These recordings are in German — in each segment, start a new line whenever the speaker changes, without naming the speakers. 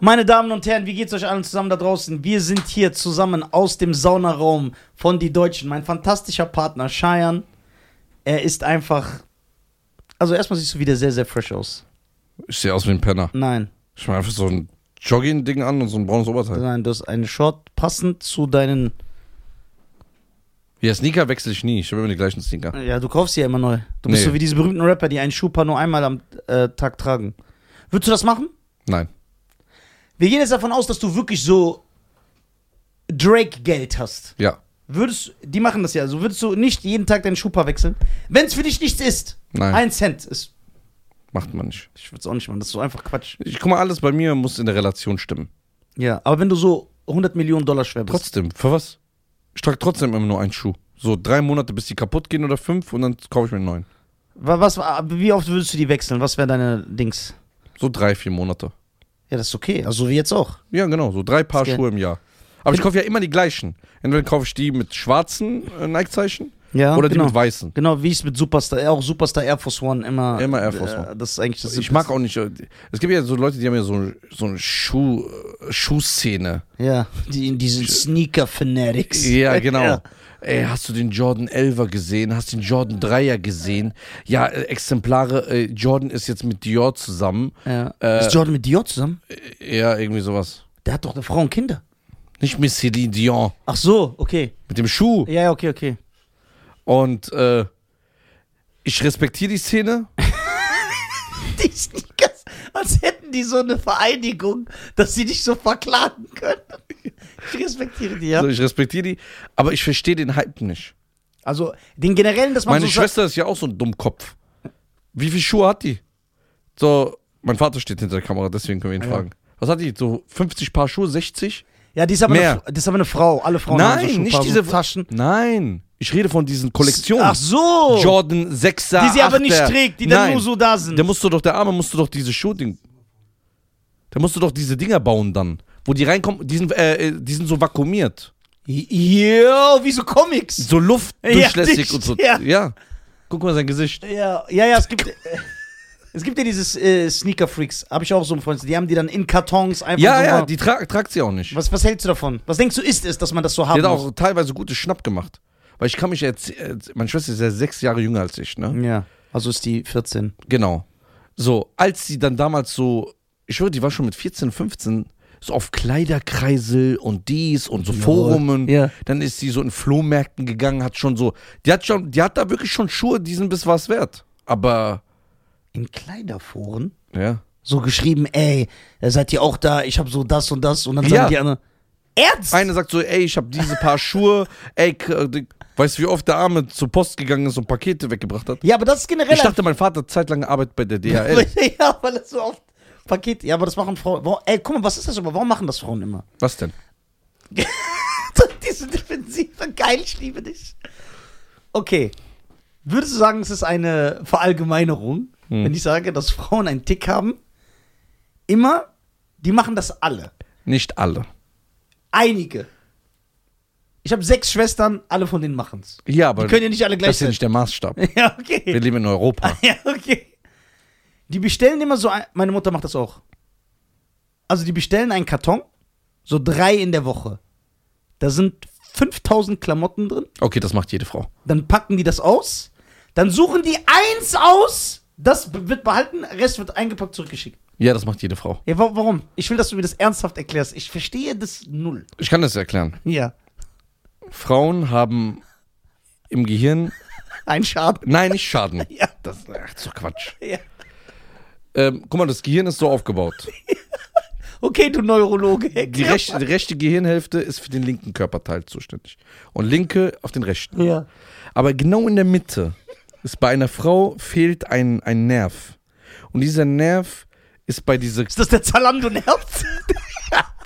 Meine Damen und Herren, wie geht's euch allen zusammen da draußen? Wir sind hier zusammen aus dem Saunaraum von Die Deutschen. Mein fantastischer Partner Cheyenne. Er ist einfach. Also, erstmal siehst du wieder sehr, sehr fresh aus.
Ich sehe aus wie ein Penner.
Nein,
Ich mache einfach so ein Jogging-Ding an und so ein braunes Oberteil.
nein, du hast einen Short passend zu deinen.
Ja, Sneaker wechsle ich nie. Ich habe immer die gleichen Sneaker.
Ja, du kaufst sie ja immer neu. Du bist
Nee.
so wie diese berühmten Rapper, die einen Schuhpaar nur einmal am äh, Tag tragen. Würdest du das machen?
Nein.
Wir gehen jetzt davon aus, dass du wirklich so Drake-Geld hast.
Ja.
Würdest, die machen das ja, also würdest du nicht jeden Tag deinen Schuhpaar wechseln? Wenn es für dich nichts ist,
Nein.
ein Cent ist,
Macht man nicht.
ich würde es auch nicht machen, das ist so einfach Quatsch.
Ich guck mal, alles bei mir muss in der Relation stimmen.
Ja, aber wenn du so 100 Millionen Dollar schwer bist,
Trotzdem, für was? Ich trage trotzdem immer nur einen Schuh. So drei Monate, bis die kaputt gehen oder fünf und dann kaufe ich mir einen neuen.
wa- was, wie oft würdest du die wechseln? Was wären deine Dings?
So drei, vier Monate.
Ja, das ist okay, also wie jetzt auch.
Ja, genau, so drei Paar
Ist geil.
Schuhe im Jahr. Aber ich kaufe ja immer die gleichen. Entweder kaufe ich die mit schwarzen äh, Nike-Zeichen
Ja,
oder
genau.
die mit weißen.
Genau, wie ich es mit Superstar, äh, auch Superstar Air Force One immer.
Immer Air Force One.
Äh, das ist eigentlich das
Ich mag auch nicht. äh, Es gibt ja so Leute, die haben ja so, so eine Schuh, äh, Schuhszene.
Ja, die, diese Sneaker-Fanatics.
Ja, genau. Ey, hast du den Jordan 11er gesehen? Hast du den Jordan 3er gesehen? Ja, äh, Exemplare, äh, Jordan ist jetzt mit Dior zusammen.
Ja.
Äh,
ist Jordan mit Dior zusammen?
Äh, Ja, irgendwie sowas.
Der hat doch eine Frau und Kinder.
Nicht mit Celine Dion,
Ach so, okay.
mit dem Schuh.
Ja, ja, okay, okay.
Und äh, ich respektiere die Szene.
Die Sneakers, als hätten die so eine Vereinigung, dass sie dich so verklagen können. Ich respektiere die, ja.
Also ich respektiere die, aber ich verstehe den Hype nicht.
Also den generellen, dass man
Meine
so sagt-
Schwester ist ja auch so ein Dummkopf. Wie viele Schuhe hat die? So, mein Vater steht hinter der Kamera, deswegen können wir
Ah,
ihn fragen. Was hat die? So 50 Paar Schuhe, 60?
Ja, die ist aber, eine,
Mehr.
das ist aber eine Frau. Alle Frauen haben so
Nein,
Schuhpaare,
nicht diese
so Taschen.
Nein, ich rede von diesen Kollektionen.
Ach so.
Jordan 6er,
die sie aber nicht
8er.
trägt, die dann
Nein.
nur so da sind.
Da musst du doch, der Arme musst du doch diese Shooting. Da musst du doch diese Dinger bauen dann. Wo die reinkommen, die sind, äh, äh, die sind so vakuumiert.
Ja, wie so Comics.
So luftdurchlässig
dicht,
und so.
ja.
Guck mal sein Gesicht.
Ja, ja, ja, es gibt. Es gibt ja dieses äh, Sneaker Freaks, habe ich auch so einen Freund, die haben die dann in Kartons einfach
Ja,
so
ja,
Also mal-
die tra tragt sie auch nicht.
was, was hältst du davon? Was denkst du, ist es, dass man das so
Die
haben
hat
muss?
auch teilweise gute Schnapp gemacht. Weil ich kann mich jetzt, äh, meine Schwester ist ja sechs Jahre jünger als ich, ne?
Ja, also ist die 14.
Genau. So, als sie dann damals so, ich schwöre, die war schon mit 14, 15, so auf Kleiderkreisel und dies und so Forumen.
Ja.
Dann ist sie so in Flohmärkten gegangen, hat schon so, die hat schon, die hat da wirklich schon Schuhe, die sind bis was wert. Aber,
In Kleiderforen?
ja.
so geschrieben, ey, seid ihr auch da, ich habe so das und das und dann sagen
Ja.
die anderen, Ernst?
Eine sagt so, ey, ich habe diese paar Schuhe, ey, k- die- weißt du, wie oft der Arme zur Post gegangen ist und Pakete weggebracht hat?
ja, aber das ist generell
Ich dachte, mein Vater hat zeitlang arbeitet bei der DHL.
ja, weil das so oft Paket, ja, aber das machen Frauen, warum, ey, guck mal, was ist das aber, warum machen das Frauen immer?
Was denn?
Diese defensive, geil, ich liebe dich. Okay, würdest du sagen, es ist eine Verallgemeinerung,
Hm.
wenn ich sage, dass Frauen einen Tick haben? Immer, die machen das alle,
Nicht alle.
einige. Ich habe sechs Schwestern, alle von denen machen's.
Ja, aber
Die können ja nicht alle gleich
das ist ja
sein.
nicht der Maßstab.
Ja, okay.
Wir leben in Europa.
Ja, okay. Die bestellen immer so, ein, meine Mutter macht das auch. Also die bestellen einen Karton, so drei in der Woche. Da sind 5000 Klamotten drin,
Okay, das macht jede Frau.
dann packen die das aus, dann suchen die eins aus, das b- wird behalten, Rest wird eingepackt, zurückgeschickt.
Ja, das macht jede Frau.
Ja, wa- warum? Ich will, dass du mir das ernsthaft erklärst. Ich verstehe das null.
Ich kann das erklären.
Ja,
Frauen haben im Gehirn.
ein Schaden.
Nein, nicht Schaden.
Ja.
Das ach, so Quatsch.
Ja.
Ähm, guck mal, das Gehirn ist so aufgebaut.
Okay, du Neurologe.
Die
erklär
rechte, die rechte Gehirnhälfte ist für den linken Körperteil zuständig. Und linke auf den rechten.
mal. Ja.
Aber genau in der Mitte ist bei einer Frau fehlt ein, ein Nerv. Und dieser Nerv ist bei dieser,
Ist das der Zalando-Nerv?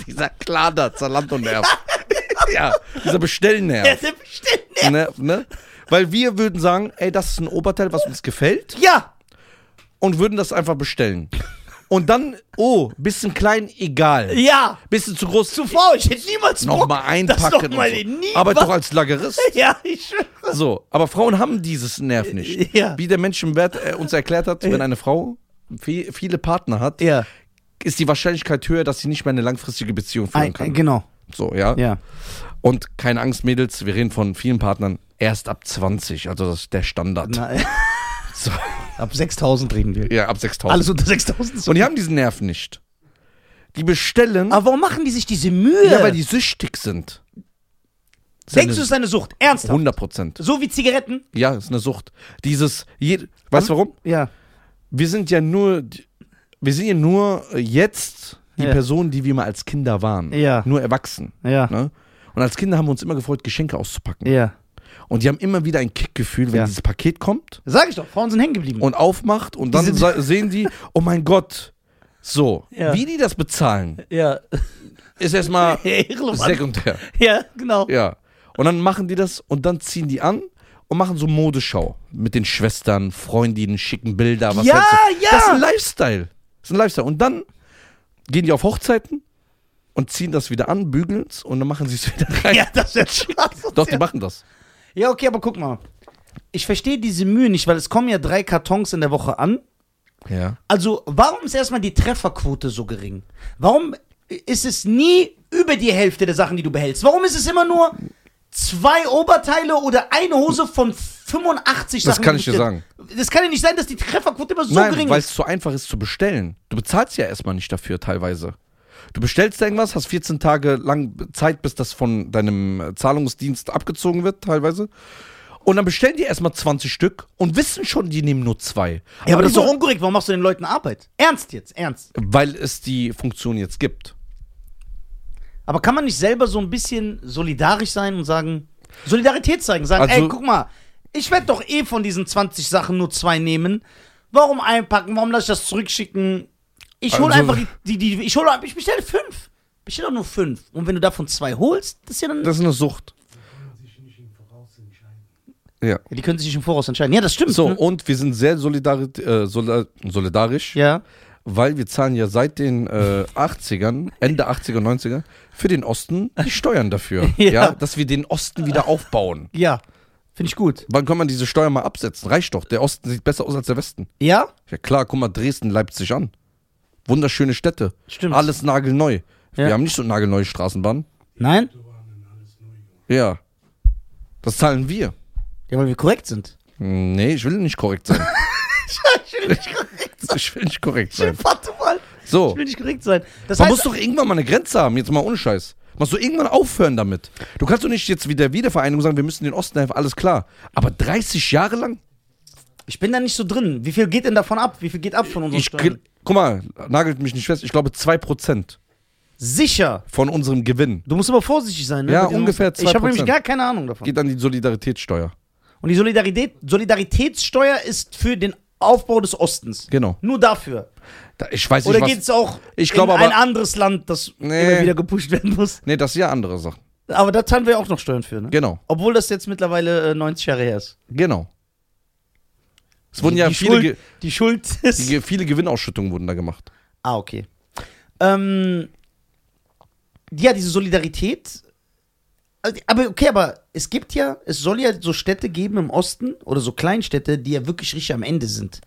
dieser Klader, Zalando-Nerv. ja, dieser Bestellnerv.
Der, der bestellt Nerv.
ne, ne? Weil wir würden sagen, ey, das ist ein Oberteil, was uns gefällt
Ja,
und würden das einfach bestellen. Und dann, oh, bisschen klein, egal.
ja.
Bisschen zu groß, zu
Wow, ich hätte niemals Bock,
Nochmal
Das
einpacken.
nochmal
und so.
nie
Aber
was-
doch als Lagerist.
Ja, ich schwöre.
So, aber Frauen haben dieses Nerv nicht.
Ja.
äh, Wie der Mensch im Wert äh, uns erklärt hat, wenn eine Frau viel, viele Partner hat,
Ja.
ist die Wahrscheinlichkeit höher, dass sie nicht mehr eine langfristige Beziehung führen
Ein,
kann.
genau,
So, ja?
ja.
Und keine Angst, Mädels, wir reden von vielen Partnern erst ab 20, also das ist der Standard.
Na, äh,
So,
ab 6000 reden wir.
ja, ab 6000.
Alles unter 6000 ist
Und die haben diesen Nerv nicht. Die bestellen,
Aber warum machen die sich diese Mühe?
ja, weil die süchtig sind.
Denkst
Ist
du,
eine-
es ist eine Sucht? Ernsthaft?
100 Prozent.
So wie Zigaretten?
Ja, ist eine Sucht. Dieses, je, weißt du
Hm?
warum?
Ja.
Wir sind ja nur, wir sind ja nur jetzt die
Ja.
Personen, die wir mal als Kinder waren.
Ja.
Nur erwachsen.
Ja.
Ne? Und als Kinder haben wir uns immer gefreut, Geschenke auszupacken.
Ja.
Und die haben immer wieder ein Kickgefühl, wenn
Ja.
dieses Paket kommt
Sag ich doch, Frauen sind hängen geblieben.
und aufmacht und dann
sind-
se- sehen die, oh mein Gott. So,
Ja.
wie die das bezahlen,
ja.
ist erstmal
Irrelevant.
sekundär.
Ja, genau.
Ja. Und dann machen die das und dann ziehen die an und machen so Modeschau mit den Schwestern, Freundinnen, schicken Bilder, was
Ja,
hältst du?
ja.
Das ist ein Lifestyle. Das ist ein Lifestyle. Und dann gehen die auf Hochzeiten und ziehen das wieder an, bügeln es und dann machen sie es wieder rein.
Ja, das wäre krass.
Doch, die machen das.
Ja, okay, aber guck mal. Ich verstehe diese Mühe nicht, weil es kommen ja drei Kartons in der Woche an.
Ja.
Also, warum ist erstmal die Trefferquote so gering? Warum ist es nie über die Hälfte der Sachen, die du behältst? Warum ist es immer nur zwei Oberteile oder eine Hose von 85
Das
Sachen?
kann
die
ich
du
dir
bestellst? Das kann ja nicht sein, dass die Trefferquote immer so
Nein,
gering
weil
ist.
es zu einfach ist zu bestellen. Du bezahlst ja erstmal nicht dafür teilweise. Du bestellst irgendwas, hast 14 Tage lang Zeit, bis das von deinem äh, Zahlungsdienst abgezogen wird, teilweise. Und dann bestellen die erstmal 20 Stück und wissen schon, die nehmen nur zwei.
Ja, aber das ist
wieso?
doch unkorrekt. Warum machst du den Leuten Arbeit? Ernst jetzt, ernst.
Weil es die Funktion jetzt gibt.
Aber kann man nicht selber so ein bisschen solidarisch sein und sagen, Solidarität zeigen, sagen,
Also-
ey, guck mal, ich werde doch eh von diesen 20 Sachen nur zwei nehmen. Warum einpacken? Warum lasse ich das zurückschicken? Ich hole
Also-
einfach die, die, die ich hole, ich bestelle fünf. Bestell doch nur fünf. Und wenn du davon zwei holst, das ist ja dann.
Das ist eine Sucht. Ja.
ja, die können sich nicht im Voraus entscheiden. Ja, das stimmt.
So,
ne?
und wir sind sehr solidari äh, sola- solidarisch,
Ja.
weil wir zahlen ja seit den äh, 80ern, Ende 80er, 90er, für den Osten die Steuern dafür.
Ja.
ja. dass wir den Osten wieder aufbauen.
Ja. Finde ich gut.
Wann kann man diese Steuer mal absetzen? Reicht doch. Der Osten sieht besser aus als der Westen.
Ja?
Ja klar, guck mal Dresden, Leipzig an. Wunderschöne Städte.
Stimmt.
Alles nagelneu.
Ja.
Wir haben nicht so nagelneue Straßenbahnen.
Nein?
Ja. Das zahlen wir.
Ja, weil wir korrekt sind.
Hm, Nee, ich will nicht korrekt sein.
ich will nicht korrekt sein.
Ich will nicht korrekt
Ich will,
sein.
warte mal.
So,
Ich will nicht korrekt sein. Das
man
heißt,
muss doch irgendwann mal eine Grenze haben, jetzt mal ohne Scheiß. Musst du irgendwann aufhören damit. Du kannst doch nicht jetzt wie der Wiedervereinigung sagen, wir müssen den Osten helfen, alles klar. Aber 30 Jahre lang?
Ich bin da nicht so drin. Wie viel geht denn davon ab? Wie viel geht ab von unseren
Ich,
Steuern?
guck mal, nagelt mich nicht fest, ich glaube 2%
Sicher.
von unserem Gewinn
Du musst aber vorsichtig sein. Ne?
Ja,
Mit diesen-
ungefähr
Ich habe nämlich
2%.
gar keine Ahnung davon.
geht an die Solidaritätssteuer.
Und die Solidarität, Solidaritätssteuer ist für den Aufbau des Ostens.
Genau.
Nur dafür.
Da- Ich weiß
Oder
nicht,
geht
was...
es auch
Ich glaub
in ein
aber-
anderes Land, das
Nee.
immer wieder gepusht werden muss?
Nee, das sind ja andere Sachen.
Aber da zahlen wir auch noch Steuern für. Ne?
Genau,
Obwohl das jetzt mittlerweile äh, 90 Jahre her ist.
genau. Es wurden ja
die,
viele, Ge
Schuld, die Schuld ist.
die, viele Gewinnausschüttungen wurden da gemacht.
Ah, okay. Ähm, ja, diese Solidarität. Also, Aber okay, aber es gibt ja, es soll ja so Städte geben im Osten oder so Kleinstädte, die ja wirklich richtig am Ende sind.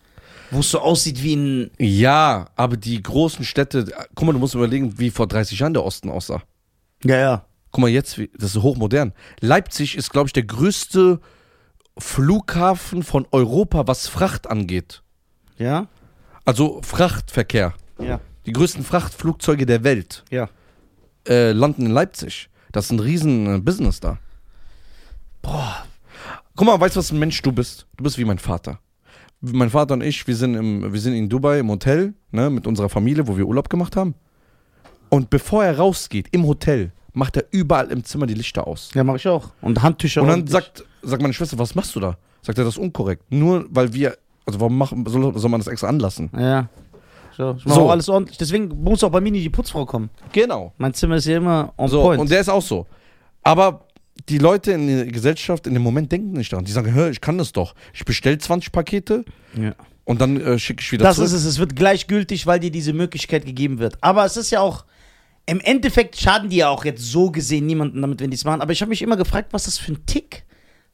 Wo es so aussieht wie ein.
Ja, aber die großen Städte, guck mal, du musst überlegen, wie vor 30 Jahren der Osten aussah.
Ja, ja.
Guck mal jetzt, wie- das ist hochmodern. Leipzig ist, glaube ich, der größte Flughafen von Europa, was Fracht angeht.
Ja?
Also Frachtverkehr.
Ja.
Die größten Frachtflugzeuge der Welt
Ja.
äh, landen in Leipzig. Das ist ein riesen äh, Business da.
Boah.
Guck mal, weißt du, was ein Mensch du bist? Du bist wie mein Vater. Mein Vater und ich, wir sind, im, wir sind in Dubai im Hotel, ne, mit unserer Familie, wo wir Urlaub gemacht haben. Und bevor er rausgeht, im Hotel, macht er überall im Zimmer die Lichter aus.
Ja, mache ich auch. Und Handtücher.
Und dann
ordentlich.
sagt, sagt meine Schwester, was machst du da? Sagt er, das ist unkorrekt. Nur weil wir, also warum machen, soll, soll man das extra anlassen?
Ja. So, ich mache
So.
auch alles ordentlich. Deswegen muss auch bei mir nie die Putzfrau kommen.
Genau.
Mein Zimmer ist ja immer on
So,
point.
und der ist auch so. Aber die Leute in der Gesellschaft in dem Moment denken nicht daran. Die sagen, hör, ich kann das doch. Ich bestelle 20 Pakete
ja.
und dann äh, schicke ich wieder
Das
zurück.
ist es, es wird gleichgültig, weil dir diese Möglichkeit gegeben wird. Aber es ist ja auch, im Endeffekt schaden die ja auch jetzt so gesehen niemanden damit, wenn die es machen. Aber ich habe mich immer gefragt, was das für ein Tick?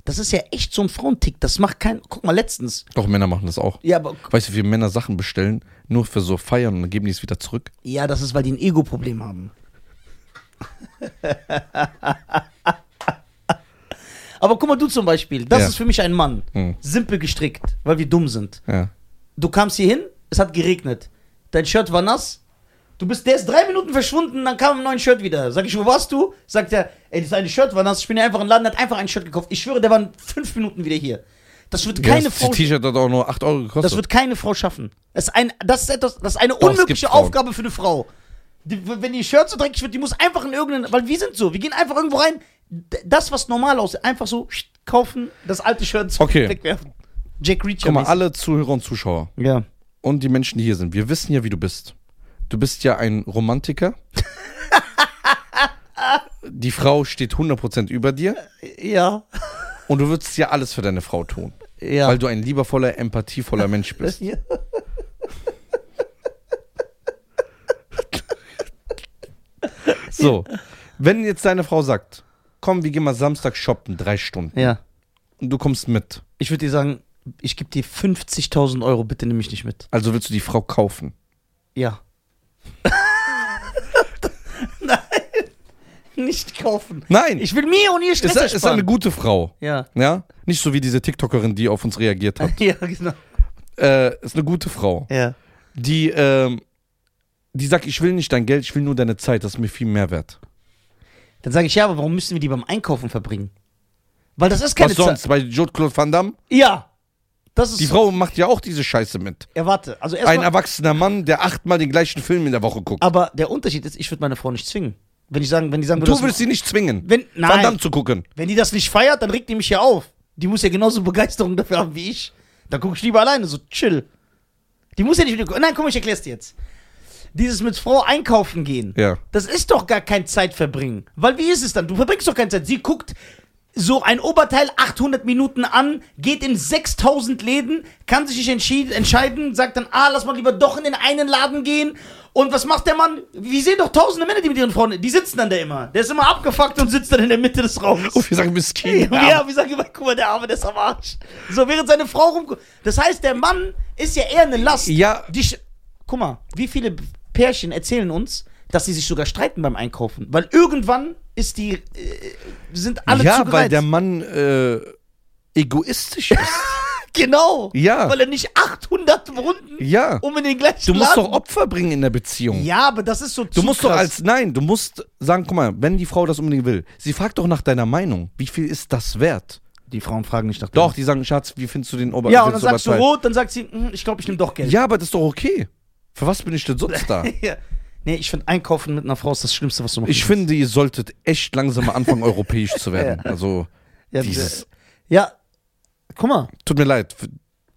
Das ist ja echt so ein Frauentick. Das macht kein. Guck mal, letztens.
doch, Männer machen das auch.
Ja, aber.
Weißt du, wie viele Männer Sachen bestellen, nur für so Feiern und dann geben die es wieder zurück.
Ja, das ist, weil die ein Ego-Problem haben. Aber guck mal, du zum Beispiel, das
Ja.
ist für mich ein Mann.
Hm.
Simpel gestrickt, weil wir dumm sind.
Ja.
Du kamst hier hin, es hat geregnet. Dein Shirt war nass. Du bist, der ist drei Minuten verschwunden, dann kam ein neues Shirt wieder. Sag ich, wo warst du? Sagt er, ey, das eine Shirt war nass. Ich bin ja einfach im Laden, hat einfach ein Shirt gekauft. Ich schwöre, der war in fünf Minuten wieder hier. Das wird
Ja,
keine
das
Frau,
T-Shirt hat auch nur 8 Euro gekostet.
das wird keine Frau schaffen. Das ist, ein, das ist, etwas, das ist eine
Doch, es
unmögliche
gibt Frauen.
Aufgabe für eine Frau. Die, wenn ihr Shirt so dreckig wird, die muss einfach in irgendeinen, weil wir sind so, wir gehen einfach irgendwo rein. D- Das, was normal aussieht, einfach so pst, kaufen, das alte Shirt so
Okay.
wegwerfen. Jack Reacher.
Guck mal,
mäßig.
alle Zuhörer und Zuschauer
Ja.
und die Menschen, die hier sind, wir wissen ja, wie du bist. Du bist ja ein Romantiker. die Frau steht 100% über dir
Ja.
und du würdest ja alles für deine Frau tun.
Ja.
Weil du ein liebevoller, empathievoller Mensch bist.
Ja.
So, wenn jetzt deine Frau sagt, komm, wir gehen mal Samstag shoppen, drei Stunden,
ja.
und du kommst mit,
Ich würde dir sagen, ich gebe dir 50.000 Euro, bitte nimm mich nicht mit.
also willst du die Frau kaufen?
Ja. Nein. Nicht kaufen.
Nein,
Ich will mir und ihr Stress
ist, ist eine
ersparen.
gute Frau.
Ja.
Ja, nicht so wie diese TikTokerin, die auf uns reagiert hat.
Ja, genau.
äh, ist eine gute Frau,
Ja.
die, ähm, die sagt, ich will nicht dein Geld, ich will nur deine Zeit, das ist mir viel mehr wert.
Dann sage ich, ja, aber warum müssen wir die beim Einkaufen verbringen? Weil das ist keine
Was
Zeit.
sonst? Bei Jean-Claude Van Damme?
Ja. Das ist.
Die Frau macht ja auch diese Scheiße mit.
Ja, warte. Also
Ein
erstmal.
erwachsener Mann, der achtmal den gleichen Film in der Woche guckt.
Aber der Unterschied ist, ich würde meine Frau nicht zwingen. Wenn ich sagen, wenn die sagen,
Du
das-
willst sie nicht zwingen,
Wenn- nein.
Van Damme zu gucken.
Wenn die das nicht feiert, dann regt die mich hier auf. Die muss ja genauso Begeisterung dafür haben wie ich. Dann gucke ich lieber alleine, so chill. Die muss ja nicht mit. Nein, guck mal, ich erklär's dir jetzt. Dieses mit Frau einkaufen gehen,
Ja.
das ist doch gar kein Zeitverbringen. Weil wie ist es dann? Du verbringst doch keine Zeit. Sie guckt so ein Oberteil 800 Minuten an, geht in 6000 Läden, kann sich nicht entschied, entscheiden, sagt dann, ah, lass mal lieber doch in den einen Laden gehen. Und was macht der Mann? Wir sehen doch tausende Männer, die mit ihren Frauen, die sitzen dann da immer. Der ist immer abgefuckt und sitzt dann in der Mitte des Raums.
Und wir sagen, Miskin.
Ja, ja, wir sagen immer, guck mal, der Arme, der ist am Arsch. So, während seine Frau rumguckt. Das heißt, der Mann ist ja eher eine Last.
Ja.
Die sch- guck mal, wie viele Pärchen erzählen uns, dass sie sich sogar streiten beim Einkaufen. Weil irgendwann ist die, äh, sind alle
ja
zu
weil
gereizt.
der Mann äh, egoistisch ist.
genau.
Ja.
Weil er nicht 800 Runden
ja.
um in den gleichen
Du musst
Laden.
doch Opfer bringen in der Beziehung.
ja, aber das ist so
Du musst doch als, nein, du musst sagen, guck mal, wenn die Frau das unbedingt will, sie fragt doch nach deiner Meinung. Wie viel ist das wert?
Die Frauen fragen nicht nach
Doch, die sagen, Schatz, wie findest du den Ober?
Ja,
wie
und dann sagst
findest
du
Oberteil?
rot, dann sagt sie, "Hm, ich glaube, ich nehme doch Geld.
Ja, aber das ist doch okay. Für was bin ich denn sonst da?
Ja. Nee, ich finde, einkaufen mit einer Frau ist das Schlimmste, was du machen
Ich finde, ihr solltet echt langsam mal anfangen, europäisch zu werden. Also,
Ja,
dieses,
Ja, guck mal,
tut mir leid, für-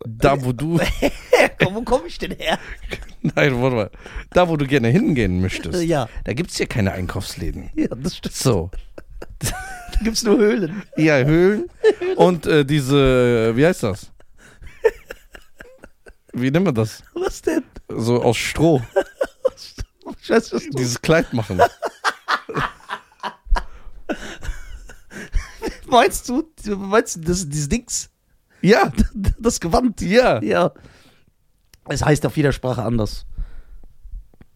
da wo du,
komm, wo komme ich denn her?
nein, warte mal, da wo du gerne hingehen möchtest,
Ja.
da gibt's hier keine Einkaufsläden.
Ja, das stimmt.
So,
Da gibt's nur Höhlen.
ja, Höhlen und äh, diese, wie heißt das? Wie nennen wir das?
Was denn?
So aus Stroh.
Ich weiß, was du
Dieses Kleid machen.
meinst du? Meinst du das, dieses Dings?
Ja,
Das Gewand?
ja.
Ja. Es heißt auf jeder Sprache anders.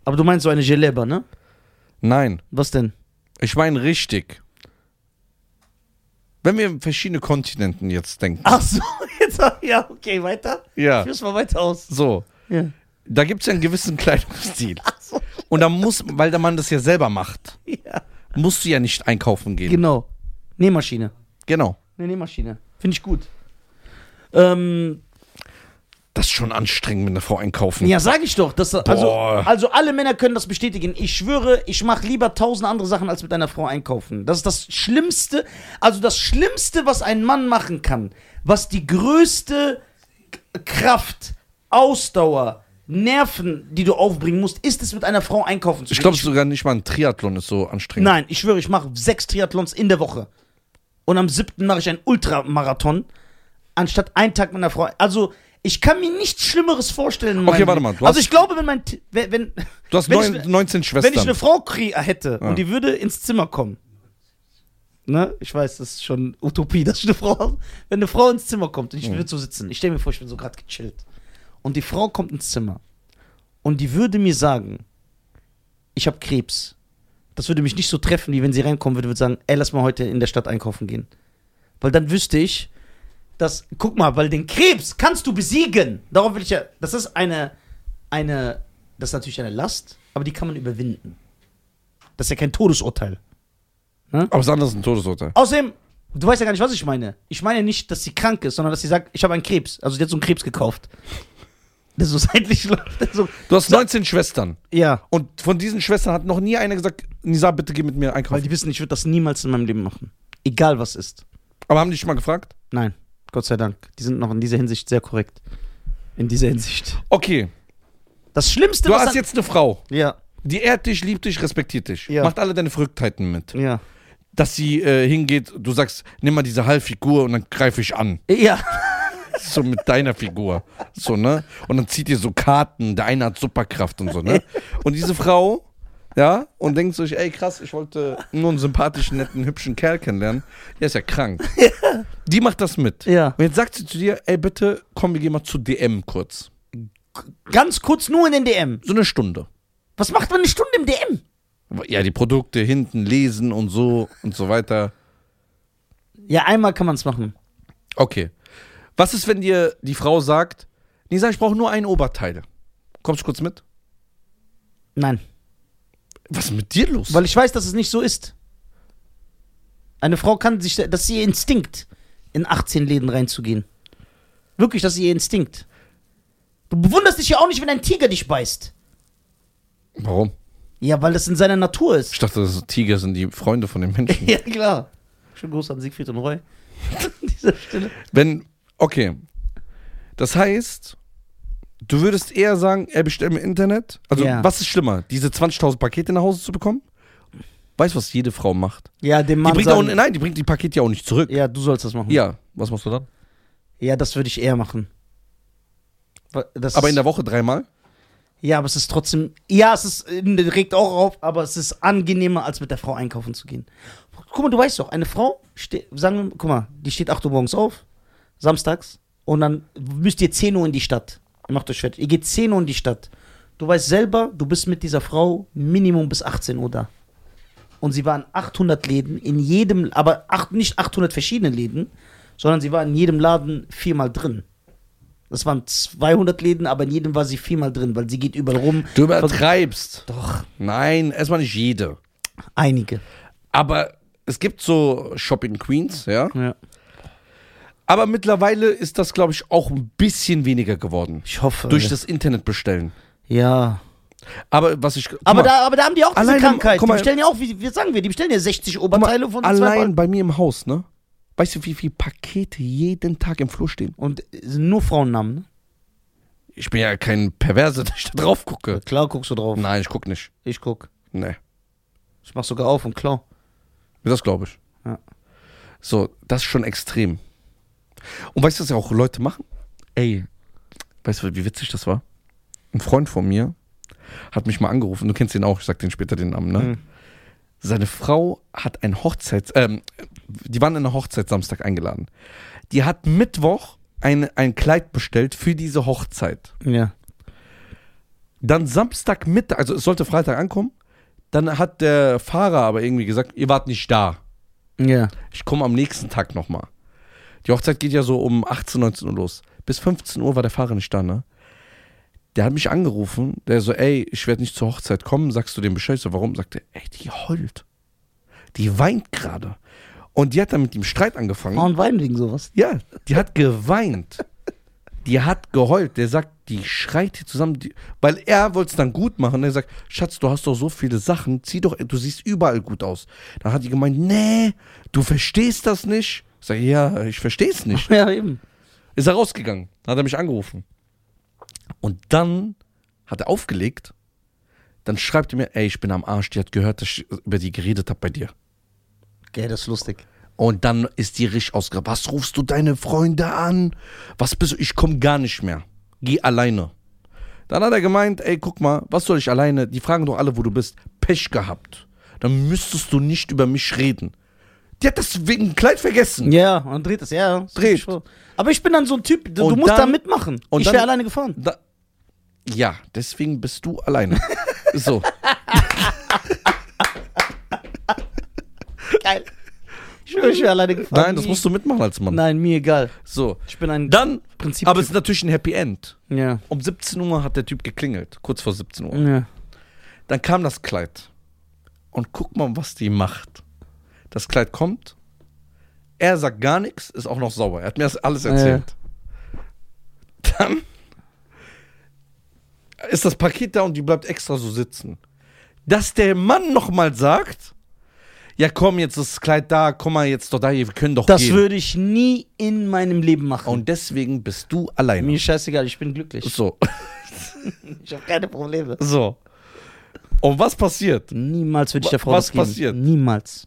Aber du meinst so eine Geleba, ne?
Nein.
Was denn?
Ich meine richtig. Wenn wir in verschiedene Kontinenten jetzt denken.
Ach so, jetzt, ja, okay, weiter.
Ja.
Führ's mal weiter aus.
So,
Ja.
da gibt es ja einen gewissen Kleidungsstil.
Ach so,
Und da muss, weil der Mann das ja selber macht,
ja.
musst du ja nicht einkaufen gehen.
Genau. Nähmaschine.
Genau.
Eine Nähmaschine. Finde ich gut. Ähm,
Das ist schon anstrengend, wenn eine Frau einkaufen.
Ja, sag ich doch. Das, also,
Boah.
also alle Männer können das bestätigen. Ich schwöre, ich mache lieber tausend andere Sachen, als mit einer Frau einkaufen. Das ist das Schlimmste, also das Schlimmste, was ein Mann machen kann, was die größte K- Kraft, Ausdauer, Nerven, die du aufbringen musst, ist es, mit einer Frau einkaufen zu
Ich
gehen.
glaube sogar nicht mal ein Triathlon ist so anstrengend.
Nein, ich schwöre, ich mache sechs Triathlons in der Woche. Und am siebten mache ich einen Ultramarathon, anstatt einen Tag mit einer Frau. Also, ich kann mir nichts Schlimmeres vorstellen. in
Okay,
meinem
warte
Leben.
mal, du
Also,
hast-
ich glaube, wenn mein. T- Wenn, wenn,
Du hast
wenn
neun,
ich, ne-
19 Schwestern.
wenn ich eine Frau krie- äh, hätte
Ja.
und die würde ins Zimmer kommen. Ne? Ich weiß, das ist schon Utopie, dass ich eine Frau habe. Wenn eine Frau ins Zimmer kommt und ich würde so sitzen, ich stelle mir vor, ich bin so gerade gechillt. Und die Frau kommt ins Zimmer und die würde mir sagen, ich habe Krebs, das würde mich nicht so treffen, wie wenn sie reinkommen würde und würde sagen, ey, lass mal heute in der Stadt einkaufen gehen. Weil dann wüsste ich, dass, guck mal, weil den Krebs kannst du besiegen. Darauf will ich ja, das ist eine, eine, das ist natürlich eine Last, aber die kann man überwinden. Das ist ja kein Todesurteil.
Aber es ist anders ein Todesurteil.
Außerdem, du weißt ja gar nicht, was ich meine. Ich meine nicht, dass sie krank ist, sondern dass sie sagt, ich habe einen Krebs. Also sie hat so einen Krebs gekauft. Der so seitlich läuft. der So,
Du hast 19 Schwestern.
ja,
Und von diesen Schwestern hat noch nie einer gesagt, Nisa, bitte geh mit mir
weil
einkaufen.
die wissen, ich würde das niemals in meinem Leben machen. Egal was ist.
Aber haben die schon mal gefragt?
Nein, Gott sei Dank. Die sind noch in dieser Hinsicht sehr korrekt. In dieser Hinsicht.
Okay,
Das Schlimmste,
du
was
hast
an-
jetzt eine Frau,
Ja,
die ehrt dich, liebt dich, respektiert dich,
Ja.
macht alle deine Verrücktheiten mit.
ja.
Dass sie äh, hingeht, du sagst, nimm mal diese Halbfigur und dann greife ich an.
Ja,
So mit deiner Figur. So, ne? Und dann zieht ihr so Karten, der eine hat Superkraft und so, ne? Und diese Frau, ja, und denkt sich, ey krass, ich wollte nur einen sympathischen, netten, hübschen Kerl kennenlernen. Der ist ja krank. Die macht das mit.
ja.
Und jetzt sagt sie zu dir, ey bitte, komm, wir gehen mal zu DM kurz.
Ganz kurz nur in den DM.
So eine Stunde.
Was macht man eine Stunde im DM?
Ja, die Produkte hinten lesen und so und so weiter.
Ja, einmal kann man es machen.
Okay. Was ist, wenn dir die Frau sagt, Nisa, ich brauche nur ein Oberteil. Kommst du kurz mit?
Nein,
Was ist mit dir los?
weil ich weiß, dass es nicht so ist. Eine Frau kann sich, das ist ihr Instinkt, in 18 Läden reinzugehen. Wirklich, das ist ihr Instinkt. Du bewunderst dich ja auch nicht, wenn ein Tiger dich beißt.
Warum?
Ja, weil das in seiner Natur
Ich
ist.
dachte, das Tiger sind die Freunde von den Menschen.
Ja, klar. Schönen Gruß an Siegfried und Roy. an dieser Stelle.
Wenn, okay. Das heißt, du würdest eher sagen, er bestellt im Internet. Also,
Ja.
was ist schlimmer? Diese 20.000 Pakete nach Hause zu bekommen? Weißt du, was jede Frau macht?
Ja, dem Mann
die bringt auch,
sagen,
nein, die bringt die Pakete ja auch nicht zurück.
Ja, du sollst das machen.
Ja, was machst du dann?
Ja, das würde ich eher machen. Wa- Das
Aber in
ist-
der Woche dreimal?
ja, aber es ist trotzdem. Ja, es ist, äh, regt auch auf, aber es ist angenehmer, als mit der Frau einkaufen zu gehen. Guck mal, du weißt doch, eine Frau, ste- sagen wir, mal, guck mal, die steht 8 Uhr morgens auf, samstags, und dann müsst ihr 10 Uhr in die Stadt. Ihr macht euch fertig. Ihr geht 10 Uhr in die Stadt. Du weißt selber, du bist mit dieser Frau Minimum bis 18 Uhr da. Und sie war in 800 Läden, in jedem, aber acht, nicht 800 verschiedene Läden, sondern sie war in jedem Laden viermal drin. Das waren 200 Läden, aber in jedem war sie viermal drin, weil sie geht überall rum.
Du übertreibst.
Doch,
Nein, erstmal nicht jede.
einige.
Aber es gibt so Shopping Queens, ja.
Ja.
Aber mittlerweile ist das, glaube ich, auch ein bisschen weniger geworden.
Ich hoffe.
Durch das Internet bestellen.
ja.
Aber was ich. guck
Aber
mal,
da, aber da haben die auch diese
Allein im-
Krankheit.
guck
Die
mal-
bestellen ja auch, wie, wie sagen wir, die bestellen ja 60
guck mal,
Oberteile von zwei
allein
Ballen.
bei mir im Haus, ne? Weißt du, wie viele Pakete jeden Tag im Flur stehen?
Und äh, sind nur Frauennamen, ne?
Ich bin ja kein Perverse, dass ich da drauf gucke.
Klar guckst du drauf.
Nein, ich guck nicht.
Ich guck.
Nee.
Ich mach sogar auf und klau.
Das glaube ich.
Ja.
So, das ist schon extrem. Und weißt du, was ja auch Leute machen? Ey, weißt du, wie witzig das war? Ein Freund von mir hat mich mal angerufen, du kennst den auch, ich sag den später den Namen, ne?
Mhm.
Seine Frau hat ein Hochzeits... Ähm, die waren in eine Hochzeit Samstag eingeladen. Die hat Mittwoch ein, ein Kleid bestellt für diese Hochzeit.
Ja.
Dann Samstagmittag, also es sollte Freitag ankommen, dann hat der Fahrer aber irgendwie gesagt, ihr wart nicht da.
Ja.
Ich komme am nächsten Tag nochmal. Die Hochzeit geht ja so um 18, 19 Uhr los. Bis 15 Uhr war der Fahrer nicht da, ne? Der hat mich angerufen, der so, ey, ich werde nicht zur Hochzeit kommen, sagst du dem Bescheid? Ich So, warum? Sagt er, ey, die heult. Die weint gerade. Und die hat dann mit ihm Streit angefangen.
Frauen weinen Ah, wegen sowas.
Ja, die hat geweint. Die hat geheult. Der sagt, die schreit hier zusammen, die, weil er wollte es dann gut machen. Er sagt, Schatz, du hast doch so viele Sachen, zieh doch, du siehst überall gut aus. Dann hat die gemeint, nee, du verstehst das nicht. Ich sage, ja, ich verstehe es nicht.
Ja, eben.
Ist er rausgegangen, dann hat er mich angerufen. Und dann hat er aufgelegt. Dann schreibt er mir, ey, ich bin am Arsch, die hat gehört, dass ich über die geredet habe bei dir.
Gell, das ist lustig.
Und dann ist die richtig ausgerastet. Was rufst du deine Freunde an? Was bist du? Ich komme gar nicht mehr. Geh alleine. Dann hat er gemeint, ey, guck mal, was soll ich alleine? Die fragen doch alle, wo du bist. Pech gehabt. Dann müsstest du nicht über mich reden. Die hat das wegen dem Kleid vergessen.
Ja, und dreht das, ja. das ist
Dreht.
schon. Aber ich bin dann so ein Typ, du, du
Und
musst da
dann-
mitmachen.
und
ich wäre
dann-
alleine gefahren.
Da, Ja, deswegen bist du alleine. so.
Geil. Ich bin schon alleine gefahren.
Nein, das musst du mitmachen als Mann.
Nein, mir egal.
So.
Ich bin ein
Dann,
Prinzip.
aber es ist natürlich ein Happy End.
ja.
Um 17 Uhr hat der Typ geklingelt, kurz vor 17 Uhr.
ja.
Dann kam das Kleid. Und guck mal, was die macht. Das Kleid kommt. Er sagt gar nichts, ist auch noch sauer. Er hat mir das alles erzählt. Dann ist das Paket da und die bleibt extra so sitzen. Dass der Mann nochmal sagt, ja komm, jetzt ist das Kleid da, komm mal jetzt doch da, wir können doch
Das
gehen.
würde ich nie in meinem Leben machen.
und deswegen bist du alleine.
mir scheißegal, ich bin glücklich.
So.
Ich habe keine Probleme.
So. Und was passiert?
Niemals würde ich der Frau
Was
das geben.
passiert?
Niemals.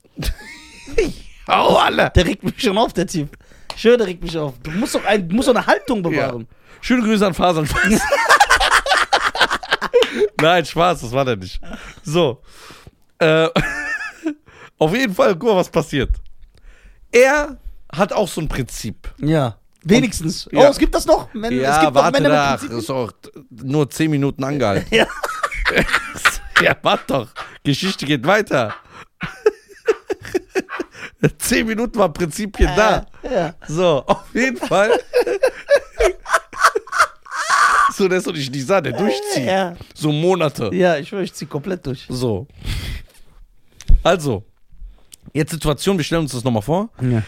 Au, alle!
Der regt mich schon auf, der Typ. Schön, der regt mich auf. Du musst doch, ein, du musst doch eine Haltung bewahren.
Schöne Grüße an Fasern. Nein, Spaß, das war der nicht. So. Äh, auf jeden Fall, guck mal, was passiert. Er hat auch so ein Prinzip.
Ja. Wenigstens.
Ja.
Oh, es gibt das noch. Men, es gibt noch Männer mit Prinzipien.
ist auch nur 10 Minuten angehalten.
Ja.
ja, warte doch. Geschichte geht weiter. 10 Minuten war Prinzipien
Äh.
da.
Ja.
So, auf jeden Fall. so, der ist doch nicht Nisa, der durchzieht.
Ja.
So Monate.
ja, ich schwöre, ich zieh komplett durch.
So. Also, jetzt Situation, wir stellen uns das nochmal vor.
Ja.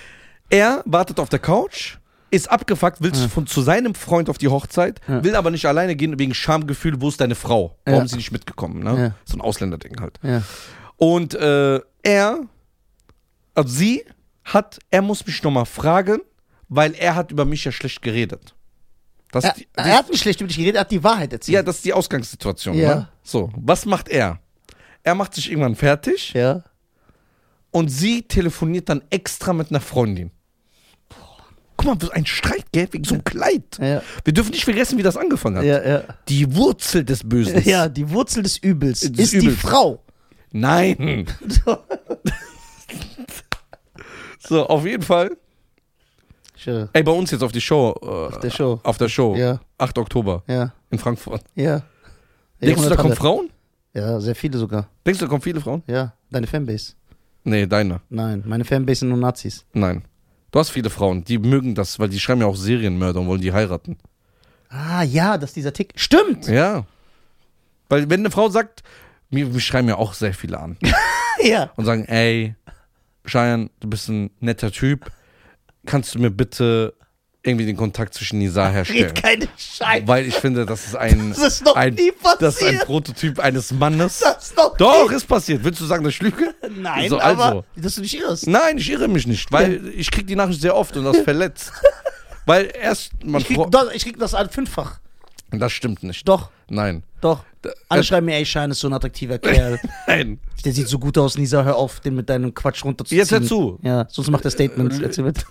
Er wartet auf der Couch, ist abgefuckt, will von, zu seinem Freund auf die Hochzeit,
Ja.
will aber nicht alleine gehen wegen Schamgefühl, wo ist deine Frau? Warum
Ja.
ist sie nicht mitgekommen? Ne?
Ja.
So ein Ausländerding halt.
Ja.
Und äh, er, also sie hat, er muss mich nochmal fragen, weil er hat über mich ja schlecht geredet. Das,
Er,
die,
er hat nicht schlecht über dich geredet, er hat die Wahrheit
ja,
erzählt.
das ist die Ausgangssituation.
Ja.
Ne? So, was macht er? Er macht sich irgendwann fertig
Ja.
und sie telefoniert dann extra mit einer Freundin. Guck mal, was ein Streit, gell? Wegen so einem Kleid.
Ja.
Wir dürfen nicht vergessen, wie das angefangen hat.
Ja, ja.
Die Wurzel des Bösen.
Ja, die Wurzel des Übels
Des
ist die
Übels.
Frau.
Nein. so, auf jeden Fall.
Sure.
Ey, bei uns jetzt auf die Show. Äh,
Der Show.
auf der Show.
Ja.
8. Oktober
Ja,
in Frankfurt.
ja.
Denkst du, da kommen
Jahrhunderte.
Frauen?
Ja, sehr viele sogar.
Denkst du, da kommen viele Frauen?
Ja, deine Fanbase.
Nee, deine.
Nein, meine Fanbase sind nur Nazis.
Nein. Du hast viele Frauen, die mögen das, weil die schreiben ja auch Serienmörder und wollen die heiraten.
Ah, ja, dass dieser Tick. Stimmt!
Ja. Weil wenn eine Frau sagt, mir, mir schreiben ja auch sehr viele an
Ja.
und sagen, ey, Cheyenne, du bist ein netter Typ, kannst du mir bitte irgendwie den Kontakt zwischen Nisa herstellen?
Red keine Scheiße.
Weil ich finde, das ist ein,
Das ist noch
ein,
nie
das ist ein
passiert.
Prototyp eines Mannes.
Das ist doch.
Doch, ist passiert. Willst du sagen, dass ich lüge?
Nein,
So, also.
aber. Dass du dich irrst.
Nein, ich irre mich nicht, weil ich krieg die Nachricht sehr oft und das verletzt. weil erst man
Ich krieg,
fro-
das, ich krieg das an fünffach.
das stimmt nicht.
Doch,
Nein.
doch.
Da-
Alle
äh,
schreiben mir, ey, Schein ist so ein attraktiver Kerl.
Nein.
Der sieht so gut aus, Nisa, hör auf, den mit deinem Quatsch runterzuziehen.
Jetzt hör zu. Äh,
Ja, sonst macht er Statements. Erzähl mit.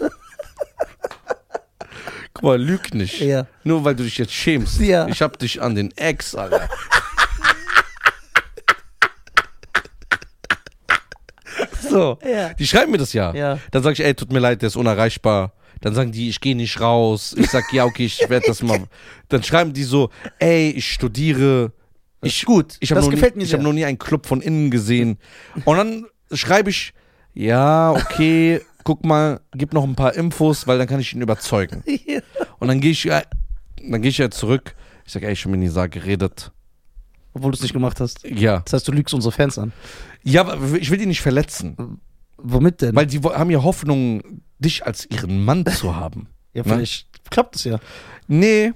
Guck mal, lüg nicht.
Ja.
Nur weil du dich jetzt schämst.
Ja.
Ich hab dich an den Ex, Alter. so.
Ja.
Die schreiben mir das ja.
Ja.
Dann sag ich, ey, tut mir leid, der ist unerreichbar. Dann sagen die, ich gehe nicht raus. Ich sag, ja, okay, ich werde das mal. Dann schreiben die so, ey, ich studiere. Ich,
gut.
Ich hab
Das
noch
gefällt
nie,
mir
Ich habe
sehr.
noch nie einen Club von innen gesehen. Und dann schreibe ich, ja, okay, guck mal, gib noch ein paar Infos, weil dann kann ich ihn überzeugen.
Ja.
Und dann gehe ich, äh, dann gehe ich ja zurück. Ich sage, ey, ich habe mit Nisa geredet.
Obwohl du es nicht gemacht hast.
Ja.
Das heißt, du lügst unsere Fans an.
Ja, aber ich will die nicht verletzen.
Womit denn?
Weil die wo- haben ja Hoffnung, dich als ihren Mann zu haben.
ja,
ne?
vielleicht klappt es ja.
Nee.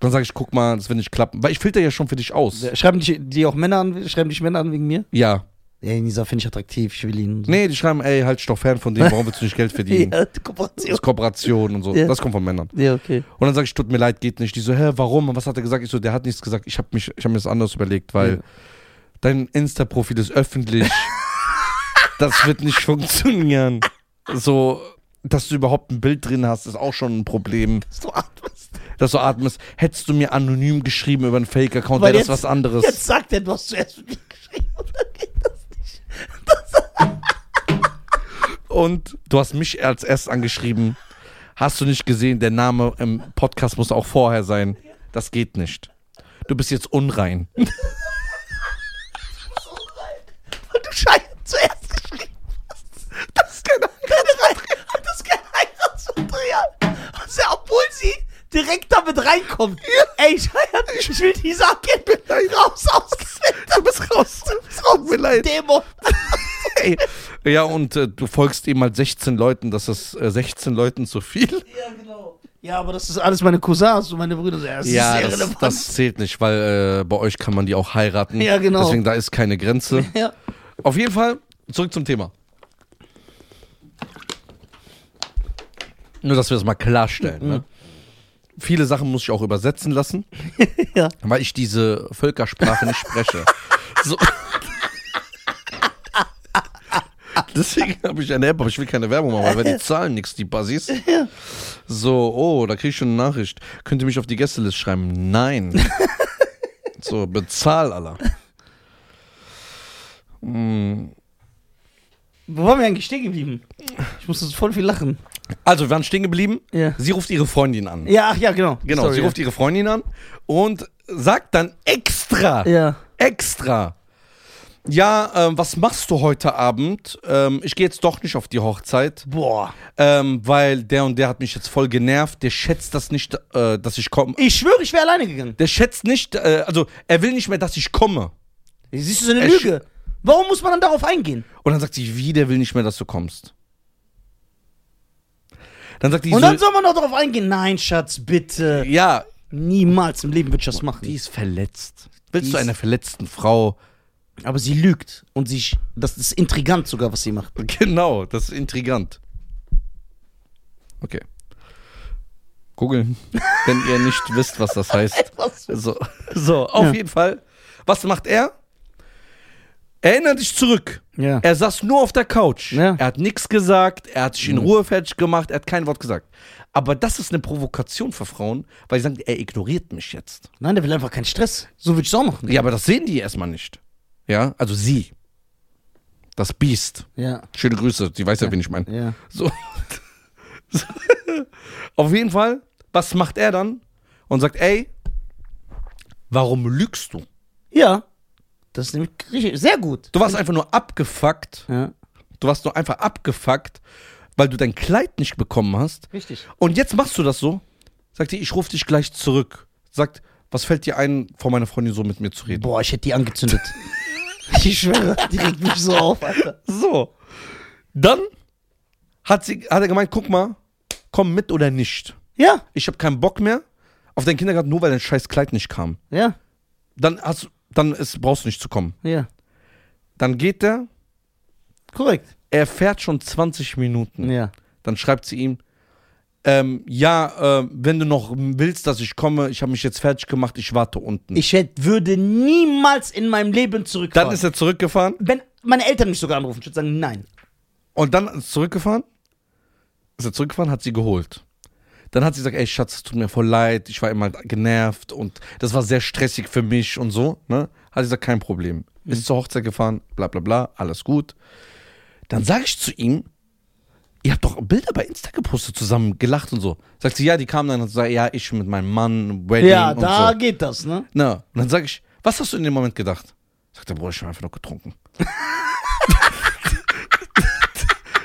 Dann sage ich, guck mal, das wird nicht klappen. Weil ich filter ja schon für dich aus.
Schreiben dich die auch Männer an, schreiben dich Männer an wegen mir?
Ja.
Ey, Nisa finde ich attraktiv, ich will ihn.
Nee, die schreiben, ey, halt dich doch fern von dem, warum willst du nicht Geld verdienen?
Ja,
Das
Kooperation.
ist Kooperation und so.
Ja.
Das kommt von Männern.
Ja, okay.
Und dann sage ich, tut mir leid, geht nicht. Die so, hä, warum? Was hat er gesagt? Ich so, der hat nichts gesagt. Ich habe mich, ich habe mir das anders überlegt, weil
Ja.
dein Insta-Profil ist öffentlich. das wird nicht funktionieren. So, dass du überhaupt ein Bild drin hast, ist auch schon ein Problem.
Dass du atmest.
Dass du atmest, hättest du mir anonym geschrieben über einen Fake-Account,
Weil
wäre das
jetzt-
was anderes.
Jetzt sagt er, du hast zuerst mit mir geschrieben und dann geht das nicht.
Und du hast mich als erst angeschrieben. Hast du nicht gesehen, der Name im Podcast muss auch vorher sein. das geht nicht. Du bist jetzt unrein.
Weil du Scheiße zuerst geschrieben hast. Das ist kein Heiratsmaterial. Das ist kein Heiratsmaterial. Also, obwohl sie direkt damit reinkommt. Ey, Scheiße, ich will die Sache raus aus Du bist raus. Du bist raus.
mir leid.
Demo.
Ey. Ja, und äh, du folgst ihm halt 16 Leuten, das ist äh, 16 Leuten zu viel.
Ja, genau. Ja, aber das ist alles meine Cousins und meine Brüder. Ja, das ist sehr
das,
relevant.
das zählt nicht, weil äh, bei euch kann man die auch heiraten.
Ja, genau.
Deswegen, da ist keine Grenze.
ja.
Auf jeden Fall, zurück zum Thema. Nur, dass wir das mal klarstellen. Ne? Viele Sachen muss ich auch übersetzen lassen,
ja.
weil ich diese Völkersprache nicht spreche. So. Deswegen habe ich eine App, aber ich will keine Werbung machen, weil die zahlen nichts, die Basis. So, oh, da kriege ich schon eine Nachricht. Könnt ihr mich auf die Gästeliste schreiben? Nein. so, bezahl, Allah.
Wo waren wir eigentlich stehen geblieben? Ich musste voll viel lachen.
Also, wir waren stehen geblieben.
Ja.
Sie ruft ihre Freundin an.
Ja, ach ja, genau.
Genau,
Sorry,
sie
ja.
ruft ihre Freundin an und sagt dann extra,
Ja.
extra, ja, ähm, was machst du heute Abend? Ähm, ich gehe jetzt doch nicht auf die Hochzeit,
Boah.
ähm, weil der und der hat mich jetzt voll genervt. Der schätzt das nicht, äh, dass ich komme.
Ich schwöre, ich wäre alleine gegangen.
Der schätzt nicht, äh, also er will nicht mehr, dass ich komme.
Siehst du so eine
Es-
Lüge? Warum muss man dann darauf eingehen?
Und dann sagt sie, wie, der will nicht mehr, dass du kommst. Dann sagt die
Und
so,
dann soll man doch darauf eingehen. Nein, Schatz, bitte.
ja,
Niemals im Leben würde ich das machen.
die ist verletzt. Willst
Die
du
ist-
einer verletzten Frau
Aber sie lügt und sie, sch- das ist intrigant sogar, was sie macht.
Genau, das ist intrigant. Okay. Googeln, wenn ihr nicht wisst, was das heißt. So, so auf
Ja.
jeden Fall. Was macht er? Erinner dich zurück.
Ja.
Er saß nur auf der Couch.
Ja.
Er hat nichts gesagt, er hat sich in Ruhe fertig gemacht, er hat kein Wort gesagt. Aber das ist eine Provokation für Frauen, weil sie sagen, er ignoriert mich jetzt.
Nein, der will einfach keinen Stress. So würde ich es auch machen.
Ja, aber das sehen die erstmal nicht. Ja, also sie. Das Biest.
Ja.
Schöne Grüße, die weiß ja, wen ich meine.
Ja.
So. So. Auf jeden Fall, was macht er dann? Und sagt, ey, warum lügst du?
Ja. Das ist nämlich richtig- sehr gut.
Du warst einfach nur abgefuckt.
Ja.
Du warst nur einfach abgefuckt, weil du dein Kleid nicht bekommen hast.
Richtig.
Und jetzt machst du das so. Sagt sie, ich rufe dich gleich zurück. Sagt, was fällt dir ein, vor meiner Freundin so mit mir zu reden?
Boah, ich hätte die angezündet. ich schwöre, die regt mich so auf, Alter.
So. Dann hat, sie, hat er gemeint, guck mal, komm mit oder nicht.
Ja,
Ich habe keinen Bock mehr auf deinen Kindergarten, nur weil dein scheiß Kleid nicht kam.
ja,
dann hast du- dann ist, brauchst du nicht zu kommen.
ja.
Dann geht der,
Korrekt.
er fährt schon 20 Minuten.
Ja.
Dann schreibt sie ihm, ähm, ja, äh, wenn du noch willst, dass ich komme, ich habe mich jetzt fertig gemacht, ich warte unten.
Ich hätte, würde niemals in meinem Leben zurückfahren.
dann ist er zurückgefahren
Wenn meine Eltern mich sogar anrufen, ich würde sagen, nein.
und dann ist er zurückgefahren, ist er zurückgefahren, hat sie geholt. Dann hat sie gesagt, ey Schatz, es tut mir voll leid, ich war immer genervt und das war sehr stressig für mich und so. Ne? Hat sie gesagt, kein Problem.
Mhm.
Ist zur Hochzeit gefahren, bla bla bla, alles gut. Dann sage ich zu ihm, ihr habt doch Bilder bei Insta gepostet zusammen, gelacht und so. Sagt sie, ja, die kamen dann und sagt, ja, ich mit meinem Mann, Wedding
Ja,
Mhm, und
da
so.
geht das, ne?
Na, und dann sage ich, was hast du in dem Moment gedacht? Sagt er, Bruder, ich habe einfach nur getrunken.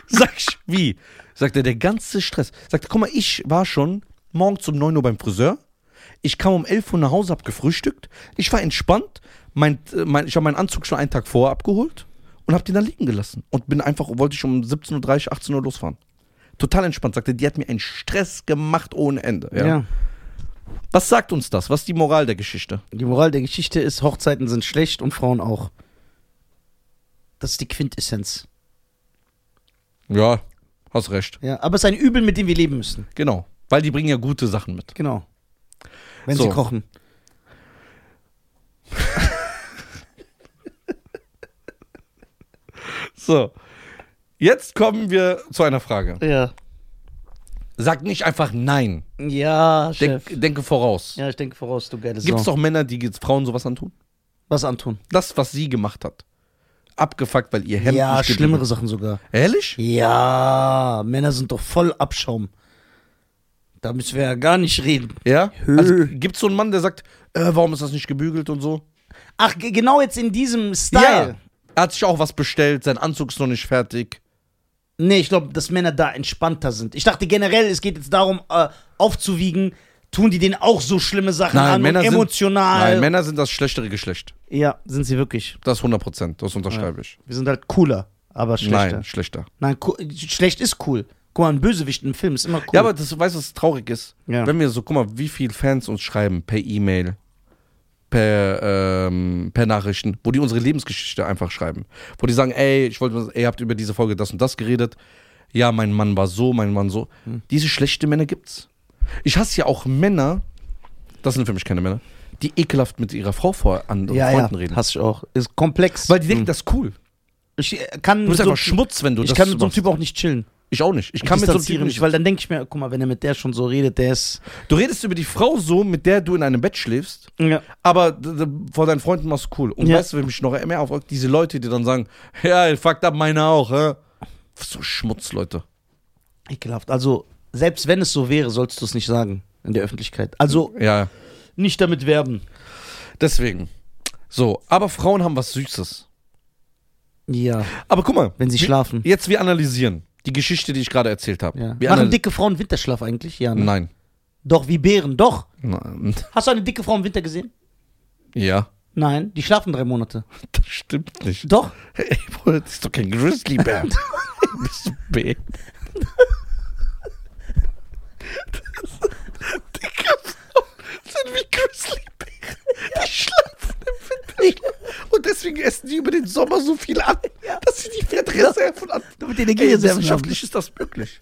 sag ich, wie? Sagt er, der ganze Stress. Sagt er, guck mal, ich war schon morgens um 9 Uhr beim Friseur. Ich kam um 11 Uhr nach Hause, hab gefrühstückt. Ich war entspannt. Mein, äh, mein, ich habe meinen Anzug schon einen Tag vorher abgeholt und habe den dann liegen gelassen. Und bin einfach, wollte ich um 17.30 Uhr, 18 Uhr losfahren. Total entspannt. Sagt er, die hat mir einen Stress gemacht ohne Ende. Ja. Was sagt uns das? Was ist die Moral der Geschichte?
Die Moral der Geschichte ist, Hochzeiten sind schlecht und Frauen auch. Das ist die Quintessenz.
Ja, hast recht.
Ja, aber es ist ein Übel, mit dem wir leben müssen.
Genau. Weil die bringen ja gute Sachen mit.
Genau. Wenn
So.
sie kochen.
So. Jetzt kommen wir zu einer Frage.
Ja.
Sag nicht einfach nein.
Ja,
Denk,
Chef.
denke voraus.
ja, ich denke voraus, du geiles
Gibt es
Sau.
doch Männer, die jetzt Frauen sowas antun?
Was antun?
Das, was sie gemacht hat. Abgefuckt, weil ihr Hemd
ja,
nicht geblieben
schlimmere
ist.
Sachen sogar.
Ehrlich?
Ja, Männer sind doch voll Abschaum. Da müssen wir ja gar nicht reden.
Ja?
Hö.
Also, gibt so einen Mann, der sagt, äh, warum ist das nicht gebügelt und so?
Ach, ge- genau jetzt in diesem Style.
Er hat sich auch was bestellt, sein Anzug ist noch nicht fertig.
Nee, ich glaube, dass Männer da entspannter sind. Ich dachte generell, es geht jetzt darum, äh, aufzuwiegen, tun die denen auch so schlimme Sachen an und emotional.
Nein, Männer sind das schlechtere Geschlecht.
ja, sind sie wirklich.
Das 100 Prozent, das unterschreibe ich.
Wir sind halt cooler, aber schlechter.
Nein, schlechter.
Nein, co- schlecht ist cool. Guck mal, ein Bösewicht im Film ist immer cool.
Ja, aber das, weißt du, was traurig ist?
Ja.
Wenn wir so, guck mal, wie viele Fans uns schreiben per E-Mail, per, ähm, per Nachrichten, wo die unsere Lebensgeschichte einfach schreiben. Wo die sagen, ey, ich wollte, mal- ey, ihr habt über diese Folge das und das geredet. Ja, mein Mann war so, mein Mann so.
Hm.
Diese schlechten Männer gibt's. Ich hasse ja auch Männer, das sind für mich keine Männer, die ekelhaft mit ihrer Frau vor anderen
ja,
Freunden
ja,
reden.
hasse ich auch. Ist komplex.
Weil die denken, das ist cool.
ich äh, kann
Du bist
mit so-
einfach Schmutz, wenn du
Ich
das
kann mit so einem
machst.
Typ auch nicht chillen.
Ich auch nicht. Ich
Ich
kann mit so einem
distanziere
Typen
mich,
nicht.
weil dann denke ich mir, guck mal, wenn er mit der schon so redet, der ist.
Du redest über die Frau so, mit der du in einem Bett schläfst.
Ja.
Aber d- d- vor deinen Freunden machst du cool. Und
Ja.
weißt du, wenn mich noch mehr aufregt, diese Leute, die dann sagen, ja, fucked up, meine auch, hä? So Schmutz, Leute.
Ekelhaft. Also, selbst wenn es so wäre, sollst du es nicht sagen in der Öffentlichkeit. Also,
Ja,
nicht damit werben.
deswegen. So, aber Frauen haben was Süßes.
Ja,
Aber guck mal,
wenn sie
wir-
schlafen.
jetzt wir analysieren die Geschichte, die ich gerade erzählt habe.
Ja.
Wir
Machen
analy-
dicke Frauen Winterschlaf eigentlich? Ja, ne?
Nein.
Doch, wie Bären, doch.
Nein.
Hast du eine dicke Frau im Winter gesehen?
Ja,
Nein, die schlafen drei Monate.
das stimmt nicht.
Doch.
Ey, Bruder, das ist doch kein Grizzly Bear. Bist du behindert? Dicke Frauen sind wie Grizzly Bear. Die schlafen im Winter. Und deswegen essen die über den Sommer so viel an, dass sie die Fettreserven an.
Damit die Energiereserven
wissenschaftlich ist das möglich.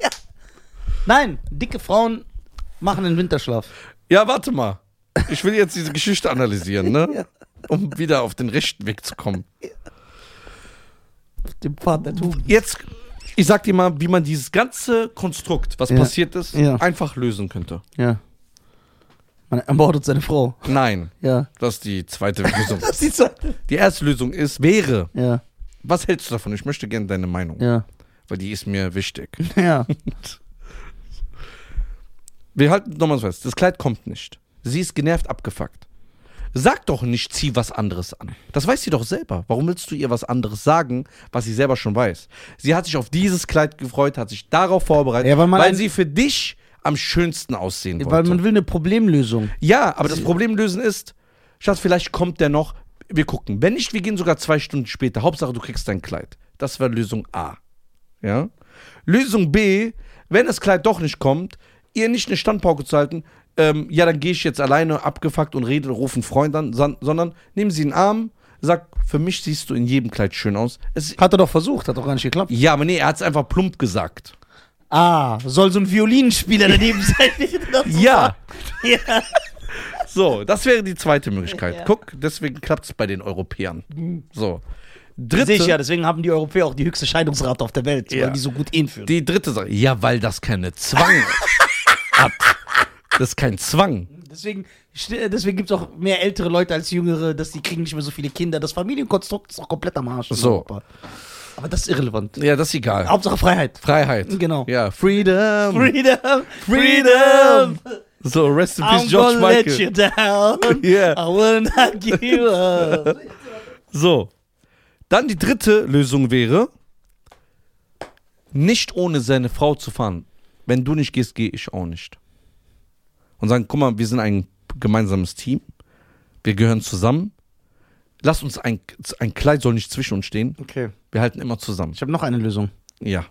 Nein, dicke Frauen machen den Winterschlaf.
Ja, warte mal. Ich will jetzt diese Geschichte analysieren, ne?
Ja.
Um wieder auf den rechten Weg zu kommen.
Dem Pfad der Tugend.
Jetzt, ich sag dir mal, wie man dieses ganze Konstrukt, was
Ja.
passiert ist,
Ja.
einfach lösen könnte.
Ja. Man ermordet seine Frau.
Nein,
Ja.
das ist die zweite Lösung.
Das ist die zweite.
die erste Lösung ist, wäre,
Ja,
was hältst du davon? Ich möchte gerne deine Meinung,
ja.
weil die ist mir wichtig.
Ja.
Wir halten nochmals fest, das Kleid kommt nicht. Sie ist genervt abgefuckt. Sag doch nicht, zieh was anderes an. Das weiß sie doch selber. Warum willst du ihr was anderes sagen, was sie selber schon weiß? Sie hat sich auf dieses Kleid gefreut, hat sich darauf vorbereitet,
Ja, weil
weil,
man ein-
sie für dich am schönsten aussehen wollte.
Weil man will eine Problemlösung.
Ja, aber das Problem lösen ist, Schatz, vielleicht kommt der noch. Wir gucken. Wenn nicht, wir gehen sogar zwei Stunden später. Hauptsache, du kriegst dein Kleid. Das war Lösung A. Ja? Lösung B, wenn das Kleid doch nicht kommt, ihr nicht eine Standpauke zu halten, ähm, ja, dann gehe ich jetzt alleine abgefuckt und rede, rufen Freund an, san- sondern nehmen sie in den Arm, sag, für mich siehst du in jedem Kleid schön aus. Es,
Hat er doch versucht, hat doch gar nicht geklappt.
ja, aber nee, er hat es einfach plump gesagt.
Ah, soll so ein Violinenspieler daneben sein? der das so
Ja.
macht? ja.
So, das wäre die zweite Möglichkeit.
Ja.
Guck, deswegen klappt es bei den Europäern. So. Dritte,
Sicher, deswegen haben die Europäer auch die höchste Scheidungsrate auf der Welt,
Ja.
weil die so gut Ehen führen.
Die dritte Sache. Ja, weil das keine Zwang hat. Das ist kein Zwang.
Deswegen, st- deswegen gibt es auch mehr ältere Leute als jüngere, dass die kriegen nicht mehr so viele Kinder. Das Familienkonstrukt ist doch komplett am Arsch. in
So.
Europa. Aber das ist irrelevant.
Ja, das ist egal.
Hauptsache Freiheit.
Freiheit.
Genau.
Ja, Freedom.
Freedom!
Freedom! So, rest in peace,
I'm
George
gonna let you
Michael.
down!
Yeah.
I will not give up!
So. Dann die dritte Lösung wäre, nicht ohne seine Frau zu fahren. Wenn du nicht gehst, gehe ich auch nicht. Und sagen, guck mal, wir sind ein gemeinsames Team. Wir gehören zusammen. Lass uns ein, ein Kleid soll nicht zwischen uns stehen.
Okay.
Wir halten immer zusammen.
Ich habe noch eine Lösung.
Ja.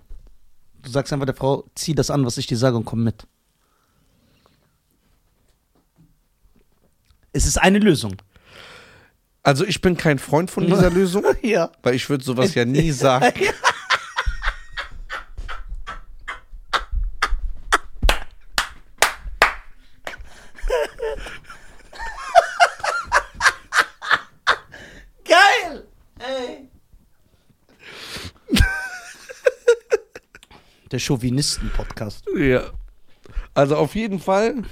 Du sagst einfach der Frau, zieh das an, was ich dir sage und komm mit. Es ist eine Lösung.
Also ich bin kein Freund von dieser Lösung,
Ja.
weil ich würde sowas ja nie sagen.
Geil! Ey! Der Chauvinisten-Podcast.
Ja. Also auf jeden Fall.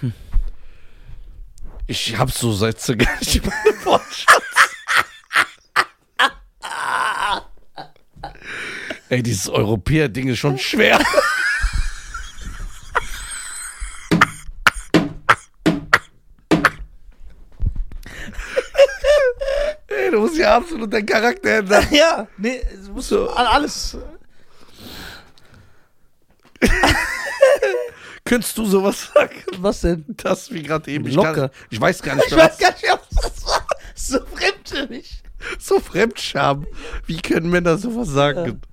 Ich habe so Sätze gar nicht mehr im Wortschatz. Ey, dieses Europäer-Ding ist schon schwer. Digga, absolut dein Charakter ändert.
Ja, nee, es muss
So.
all- alles.
Könntest du sowas sagen?
Was denn?
Das wie gerade eben. Ich,
Locker.
kann, ich weiß gar nicht,
Ich
mehr,
weiß gar nicht, mehr, was das war. So fremd für mich.
was so Fremdscham. Wie können Männer sowas sagen?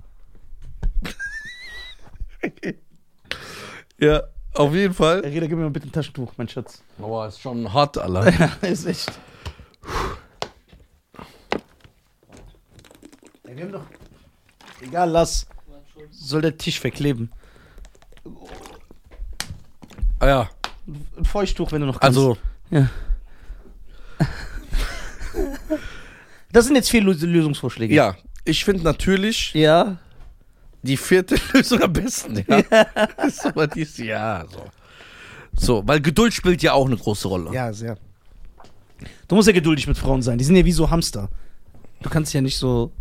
Ja, auf jeden Fall.
Reda, gib mir mal bitte ein Taschentuch, mein Schatz.
Boah, ist schon hart, Alter.
ist echt. Ja, nimm doch. Egal, lass. Soll der Tisch verkleben.
ah ja,
Ein Feuchttuch, wenn du noch kannst.
also.
Ja. Das sind jetzt vier Lö- Lösungsvorschläge.
Ja, ich finde natürlich
Ja.
die vierte Lösung am besten. Ja. ist aber dies, ja, so. So, weil Geduld spielt ja auch eine große Rolle.
Ja, sehr. Du musst ja geduldig mit Frauen sein. Die sind ja wie so Hamster. Du kannst ja nicht so.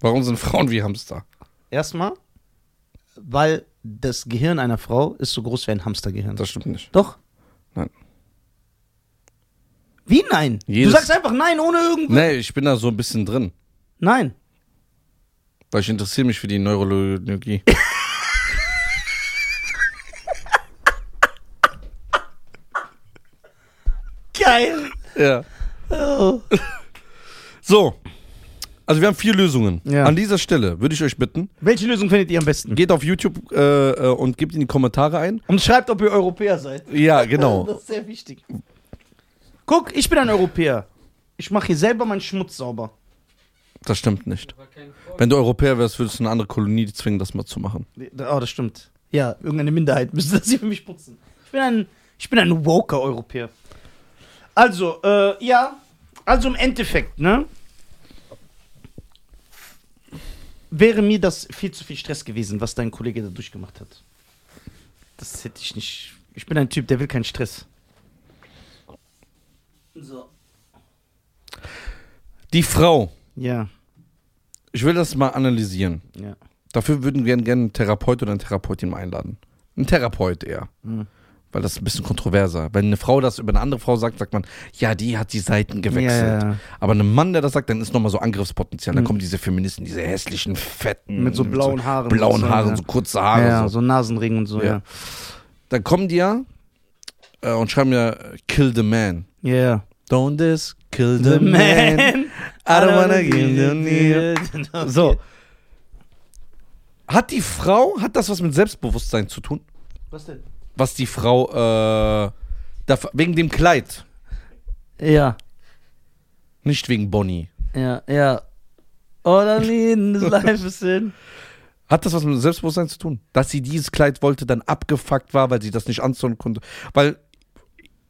Warum sind Frauen wie Hamster?
Erstmal, weil das Gehirn einer Frau ist so groß wie ein Hamstergehirn.
Das stimmt nicht.
Doch.
Nein.
Wie nein?
Jedes-
du sagst einfach nein ohne irgendwas.
Nee, ich bin da so ein bisschen drin,
Nein.
weil ich interessiere mich für die Neurologie.
Geil.
ja.
Oh.
So. Also wir haben vier Lösungen.
Ja.
An dieser Stelle würde ich euch bitten,
Welche Lösung findet ihr am besten?
geht auf YouTube äh, äh, und gebt in die Kommentare ein.
Und schreibt, ob ihr Europäer seid.
Ja, genau.
Das ist sehr wichtig. Guck, ich bin ein Europäer. Ich mache hier selber meinen Schmutz sauber.
Das stimmt nicht. Wenn du Europäer wärst, würdest du eine andere Kolonie zwingen, das mal zu machen.
Nee, da- Oh, das stimmt. Ja, irgendeine Minderheit müsste das hier für mich putzen. Ich bin ein, ich bin ein woker Europäer. Also, äh, ja, also im Endeffekt, ne? Wäre mir das viel zu viel Stress gewesen, was dein Kollege da durchgemacht hat. Das hätte ich nicht. Ich bin ein Typ, der will keinen Stress. So.
Die Frau.
Ja,
Ich will das mal analysieren.
ja.
Dafür würden wir gerne einen Therapeut oder eine Therapeutin mal einladen. Ein Therapeut eher.
Mhm.
Weil das ist ein bisschen kontroverser. Wenn eine Frau das über eine andere Frau sagt, sagt man, ja, die hat die Seiten gewechselt.
Ja, ja.
Aber ein Mann, der das sagt, dann ist nochmal so Angriffspotenzial. Dann
Mhm.
kommen diese Feministen, diese hässlichen, fetten.
Mit so blauen Haaren.
Blauen
So,
Haaren,
ja.
so kurze Haare.
Ja,
so.
Also so Nasenring und so, ja.
Ja. Dann kommen die ja äh, und schreiben ja, kill the man.
Ja. Yeah.
Don't this, kill the, man. I don't wanna kill the man. So. Hat die Frau, hat das was mit Selbstbewusstsein zu tun?
Was denn?
was die Frau äh, da, wegen dem Kleid,
Ja,
nicht wegen Bonnie.
ja, ja. Oder in das Life is in.
Hat das was mit Selbstbewusstsein zu tun? Dass sie dieses Kleid wollte, dann abgefuckt war, weil sie das nicht anziehen konnte. Weil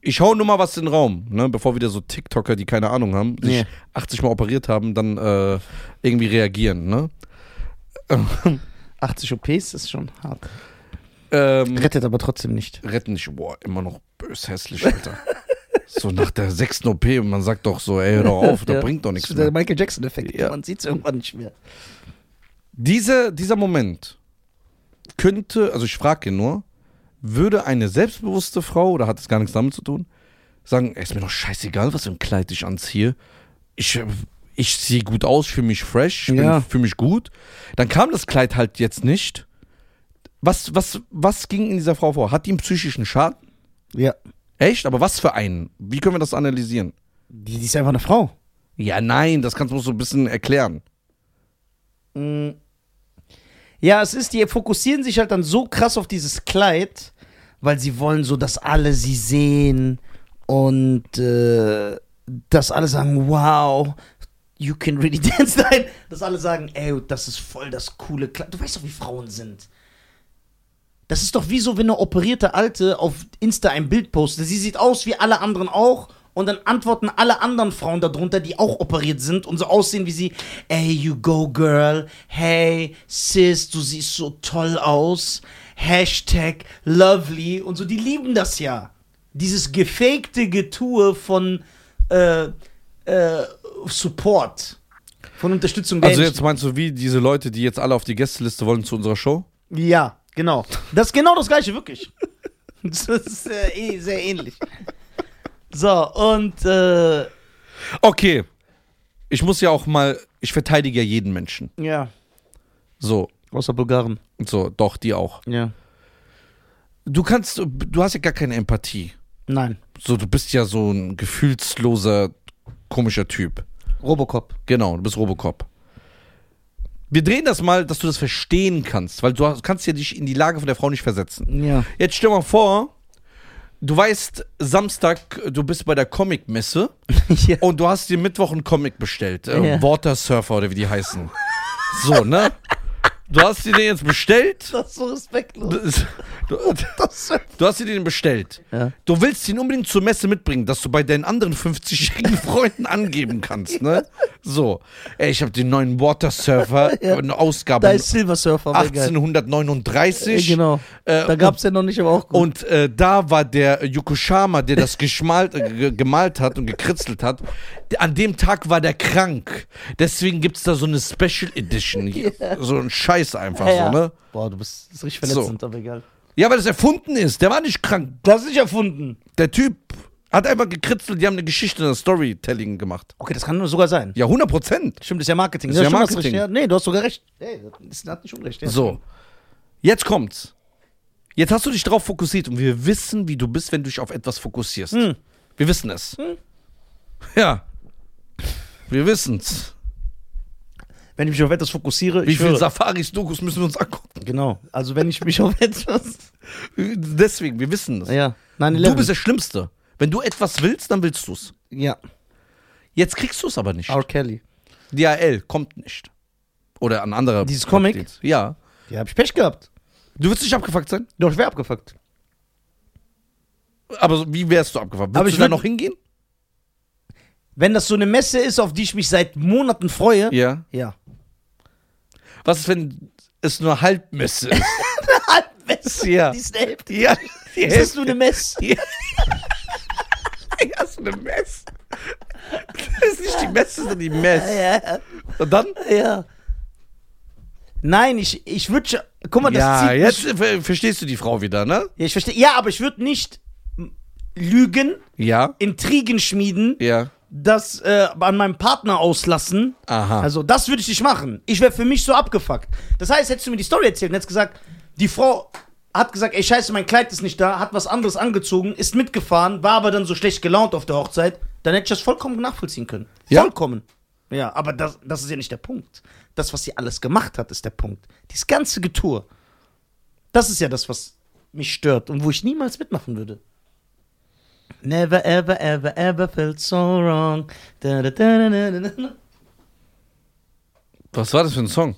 ich hau nur mal was in den Raum, ne? bevor wieder so TikToker, die keine Ahnung haben, sich
Nee.
80 Mal operiert haben, dann äh, irgendwie reagieren. Ne?
80 OPs ist schon hart.
Ähm,
Rettet aber trotzdem nicht.
retten nicht, boah, immer noch bös hässlich, Alter. so nach der sechsten OP, man sagt doch so, ey, hör doch auf, da bringt doch nichts
Das ist der
mehr.
Michael Jackson-Effekt.
Ja.
Man sieht es irgendwann nicht mehr.
Diese, dieser Moment könnte, also ich frage nur, würde eine selbstbewusste Frau, oder hat es gar nichts damit zu tun, sagen, "Ey, ist mir doch scheißegal, was für ein Kleid ich anziehe. Ich, äh, ich sehe gut aus, ich fühle mich fresh, ich
Ja.
bin, fühle mich gut. Dann kam das Kleid halt jetzt nicht. Was, was, was ging in dieser Frau vor? Hat die einen psychischen Schaden?
Ja.
Echt? Aber was für einen? Wie können wir das analysieren?
Die, die ist einfach eine Frau.
Ja, nein, das kannst du so ein bisschen erklären.
Ja, es ist, die fokussieren sich halt dann so krass auf dieses Kleid, weil sie wollen so, dass alle sie sehen und äh, dass alle sagen, wow, you can really dance. Nein, dass alle sagen, ey, das ist voll das coole Kleid. Du weißt doch, wie Frauen sind. Das ist doch wie so, wenn eine operierte Alte auf Insta ein Bild postet. Sie sieht aus wie alle anderen auch. Und dann antworten alle anderen Frauen darunter, die auch operiert sind und so aussehen wie sie. Ey, you go girl. Hey, sis, du siehst so toll aus. Hashtag lovely. Und so, die lieben das ja. Dieses gefakte Getue von äh, äh, Support. Von Unterstützung. der
Also
nicht-
jetzt meinst du, wie diese Leute, die jetzt alle auf die Gästeliste wollen zu unserer Show?
Ja, genau. Das ist genau das gleiche, wirklich. Das ist äh, eh sehr ähnlich. So, und äh,
Okay. ich muss ja auch mal, ich verteidige ja jeden Menschen.
Ja.
So,
Außer Bulgaren.
so, doch, die auch.
Ja.
Du kannst, du hast ja gar keine Empathie.
Nein.
So, du bist ja so ein gefühlsloser, komischer Typ.
Robocop.
Genau, du bist Robocop. Wir drehen das mal, dass du das verstehen kannst, weil du hast- kannst ja dich in die Lage von der Frau nicht versetzen.
Ja.
Jetzt stell mal vor, du weißt, Samstag, du bist bei der Comic-Messe
ja.
und du hast dir Mittwoch einen Comic bestellt. Äh,
Ja.
Watersurfer oder wie die heißen. so, ne? Du hast dir den jetzt bestellt.
Das ist so respektlos.
Du, du,
Das
du hast dir den bestellt.
ja.
Du willst ihn unbedingt zur Messe mitbringen, dass du bei deinen anderen 50-jährigen Freunden angeben kannst, ne? So. Ey, ich habe den neuen Watersurfer,
Ja.
eine Ausgabe
Da ist Silversurfer. aber egal.
1839.
Äh, genau.
Äh,
da gab es ja noch nicht, aber auch gut.
Und äh, da war der Yokoshama, der das geschmalt, äh, ge- gemalt hat und gekritzelt hat. Der- An dem Tag war der krank. Deswegen gibt es da so eine Special Edition. hier. So ein Scheiß einfach
Ja.
so, ne?
Boah, du bist das ist richtig verletzend, aber egal.
Ja, weil das erfunden ist. Der war nicht krank.
Das ist nicht erfunden.
Der Typ hat einfach gekritzelt. Die haben eine Geschichte, eine Storytelling gemacht.
Okay, das kann nur sogar sein.
Ja, 100 Prozent.
Stimmt, das ist ja Marketing.
Das ist ja
stimmt, hast
Marketing.
recht, ja. Nee, du hast sogar recht. Ey, das hat nicht unrecht. Ja.
So. Jetzt kommt's. Jetzt hast du dich drauf fokussiert und wir wissen, wie du bist, wenn du dich auf etwas fokussierst.
Hm.
Wir wissen es. Ja. Wir wissen's.
Wenn ich mich auf etwas fokussiere,
Wie
ich höre.
viele Safaris-Dokus müssen wir uns angucken?
Genau. Also wenn ich mich auf etwas.
Deswegen, wir wissen es.
Ja. Nein,
Du bist der Schlimmste. Wenn du etwas willst, dann willst du's.
ja.
Jetzt kriegst du's aber nicht.
R. Kelly.
DHL kommt nicht. Oder ein anderer.
Dieses Comic?
Paketdienst. Ja.
Ja, hab ich Pech gehabt.
Du wirst nicht abgefuckt sein?
Doch, ich wäre abgefuckt.
Aber so- wie wärst du abgefuckt? Willst
Aber
aber
ich
du da
würd-
noch hingehen?
Wenn das so eine Messe ist, auf die ich mich seit Monaten freue.
Ja.
Ja.
Was ist, wenn es nur Halbmesse ist?
Messe.
Ja.
Die ist eine Hälfte.
ja. Die
Das ist nur eine Messe.
Ja. ja, so eine Mess. Das ist nicht die Mess, sondern die Mess.
Ja.
Und dann?
ja. Nein, ich, ich würde. Guck mal, das
ja,
zieht
jetzt ver verstehst du die Frau wieder, ne?
Ja, ich verstehe. Ja, aber ich würde nicht lügen,
Ja.
Intrigen schmieden,
Ja.
das äh, an meinem Partner auslassen.
Aha.
Also, das würde ich nicht machen. Ich wäre für mich so abgefuckt. Das heißt, hättest du mir die Story erzählt und hättest gesagt, die Frau hat gesagt, ey, scheiße, mein Kleid ist nicht da, hat was anderes angezogen, ist mitgefahren, war aber dann so schlecht gelaunt auf der Hochzeit, dann hätte ich das vollkommen nachvollziehen können.
Ja?
Vollkommen. Ja, aber das, das ist ja nicht der Punkt. Das, was sie alles gemacht hat, ist der Punkt. Dieses ganze Getue. Das ist ja das, was mich stört und wo ich niemals mitmachen würde. Never ever ever ever felt so wrong. Da, da, da, da, da, da, da.
Was war das für ein Song?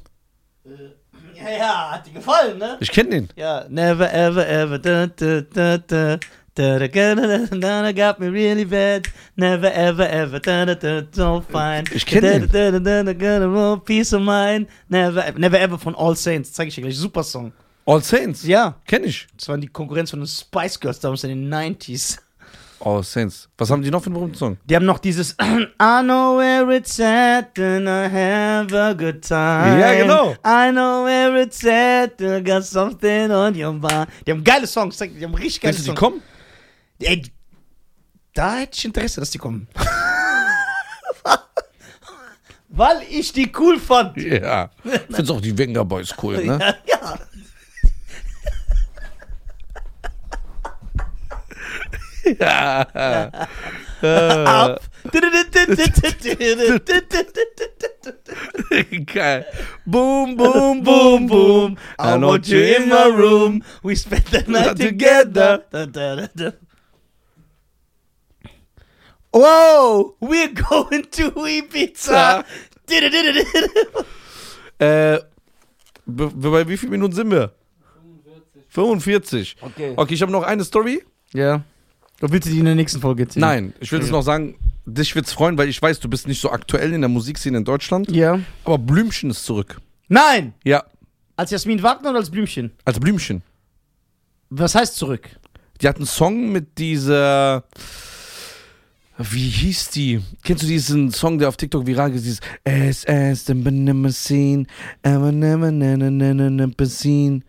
Ja, ja, hat dir gefallen, ne?
Ich kenne den.
Ja, never ever ever da, da, da, da. Da, da, da, da, da, da, da, got me really bad. Never ever ever da, da, da, so fine.
Ich kenn
da,
den.
da, da, da, da, da, da, da, Peace of mind. Never, never ever von All Saints. Zeig ich dir gleich. Super Song.
All Saints.
Ja,
Kenne ich.
das waren die Konkurrenz von den Spice Girls damals in den 90s.
All Saints. Was haben die noch für einen berühmten Song?
Die haben noch dieses I know where it's at and I have a good time.
Ja, genau.
I know where it's at and I got something on your mind. Die haben geile Songs, zeig- die haben richtig geile
Kennst du die
Songs.
kommen?
Ey, da hätte ich Interesse, dass die kommen. Weil ich die cool fand.
Ja. Ich find's auch die Wenger Boys cool, ne?
Ja, ja.
Ja. Äh.
Ab.
Geil. Boom, boom,
Boom, boom. I want you in my room. We spent the night together. Da, da, da, da. Whoa, we're going to Ibiza.
Ja.
Dididididid.
Äh, be- bei wie vielen Minuten sind wir? 45. 45.
Okay.
Okay, ich habe noch eine Story.
Ja. Du willst die in der nächsten Folge erzählen?
Nein, ich will das noch sagen. Dich wird's freuen, weil ich weiß, du bist nicht so aktuell in der Musikszene in Deutschland.
Ja.
Aber Blümchen ist zurück.
Nein!
Ja,
Als Jasmin Wagner oder als Blümchen?
als Also Blümchen.
Was heißt zurück?
Die hat einen Song mit dieser. Wie hieß die? Kennst du diesen Song, der auf TikTok viral ist? Dieses Es, es, den Benemessin, Benemessin.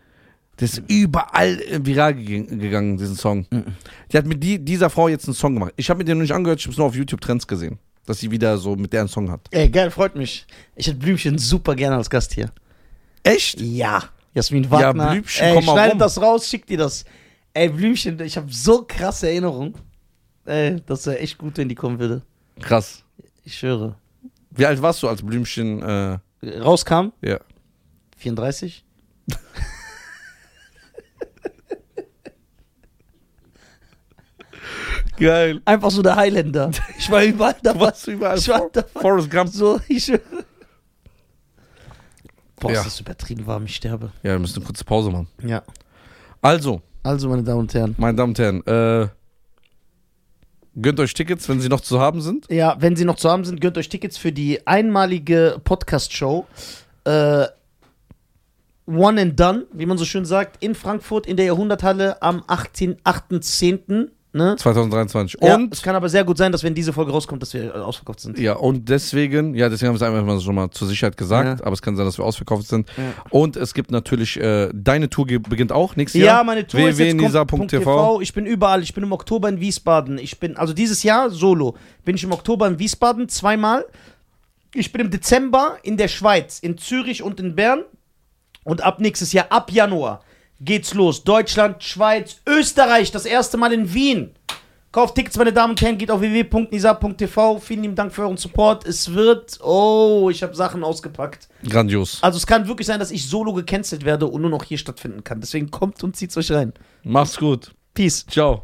Der ist überall äh, viral geg- Mhm. gegangen, diesen Song. Die hat mit die, dieser Frau jetzt einen Song gemacht. Ich habe mir den noch nicht angehört, ich habe es nur auf YouTube Trends gesehen. dass sie wieder so mit der einen Song hat.
Ey, geil, freut mich. Ich hätte Blümchen super gerne als Gast hier.
Echt?
Ja. Jasmin Wagner. Ja,
Blümchen,
Ey,
komm mal
schneidet
rum.
das raus, schickt dir das. Ey, Blümchen, ich habe so krasse Erinnerungen. Ey, das wäre echt gut, wenn die kommen würde.
Krass.
Ich schwöre.
Wie alt warst du als Blümchen? Äh,
Rauskam,
ja.
34.
Geil.
Einfach so der Highlander. Ich war überall
Du
dabei.
warst überall.
Ich war
For
dabei.
Forrest Gump.
So, ich schwöre. Boah,
Ja.
ist das übertrieben warm, ich sterbe.
Ja, wir müssen eine kurze Pause machen.
Ja.
Also,
Also, meine Damen und Herren.
meine Damen und Herren, äh, gönnt euch Tickets, wenn sie noch zu haben sind.
Ja, wenn sie noch zu haben sind, gönnt euch Tickets für die einmalige Podcast-Show. Äh, One and Done, wie man so schön sagt, in Frankfurt in der Jahrhunderthalle am 18. 8.10. Ne?
2023.
Ja,
Und,
es kann aber sehr gut sein, dass wenn diese Folge rauskommt, dass wir äh, ausverkauft sind.
ja, und deswegen, ja, deswegen haben wir es einfach mal schon mal zur Sicherheit gesagt,
Ja.
aber es kann sein, dass wir ausverkauft sind.
Ja.
Und es gibt natürlich, äh, deine Tour ge- beginnt auch nächstes
Ja,
Jahr.
meine Tour ist jetzt
www.nisa.tv.
.tv. Ich bin überall. Ich bin im Oktober in Wiesbaden. Ich bin, also dieses Jahr solo, bin ich im Oktober in Wiesbaden zweimal. Ich bin im Dezember in der Schweiz, in Zürich und in Bern. Und ab nächstes Jahr, ab Januar, geht's los. Deutschland, Schweiz, Österreich, das erste Mal in Wien. Kauft Tickets, meine Damen und Herren, geht auf www.nisa.tv. Vielen lieben Dank für euren Support. Es wird, oh, ich habe Sachen ausgepackt.
Grandios.
Also es kann wirklich sein, dass ich solo gecancelt werde und nur noch hier stattfinden kann. Deswegen kommt und zieht's euch rein.
Mach's gut.
Peace.
Ciao.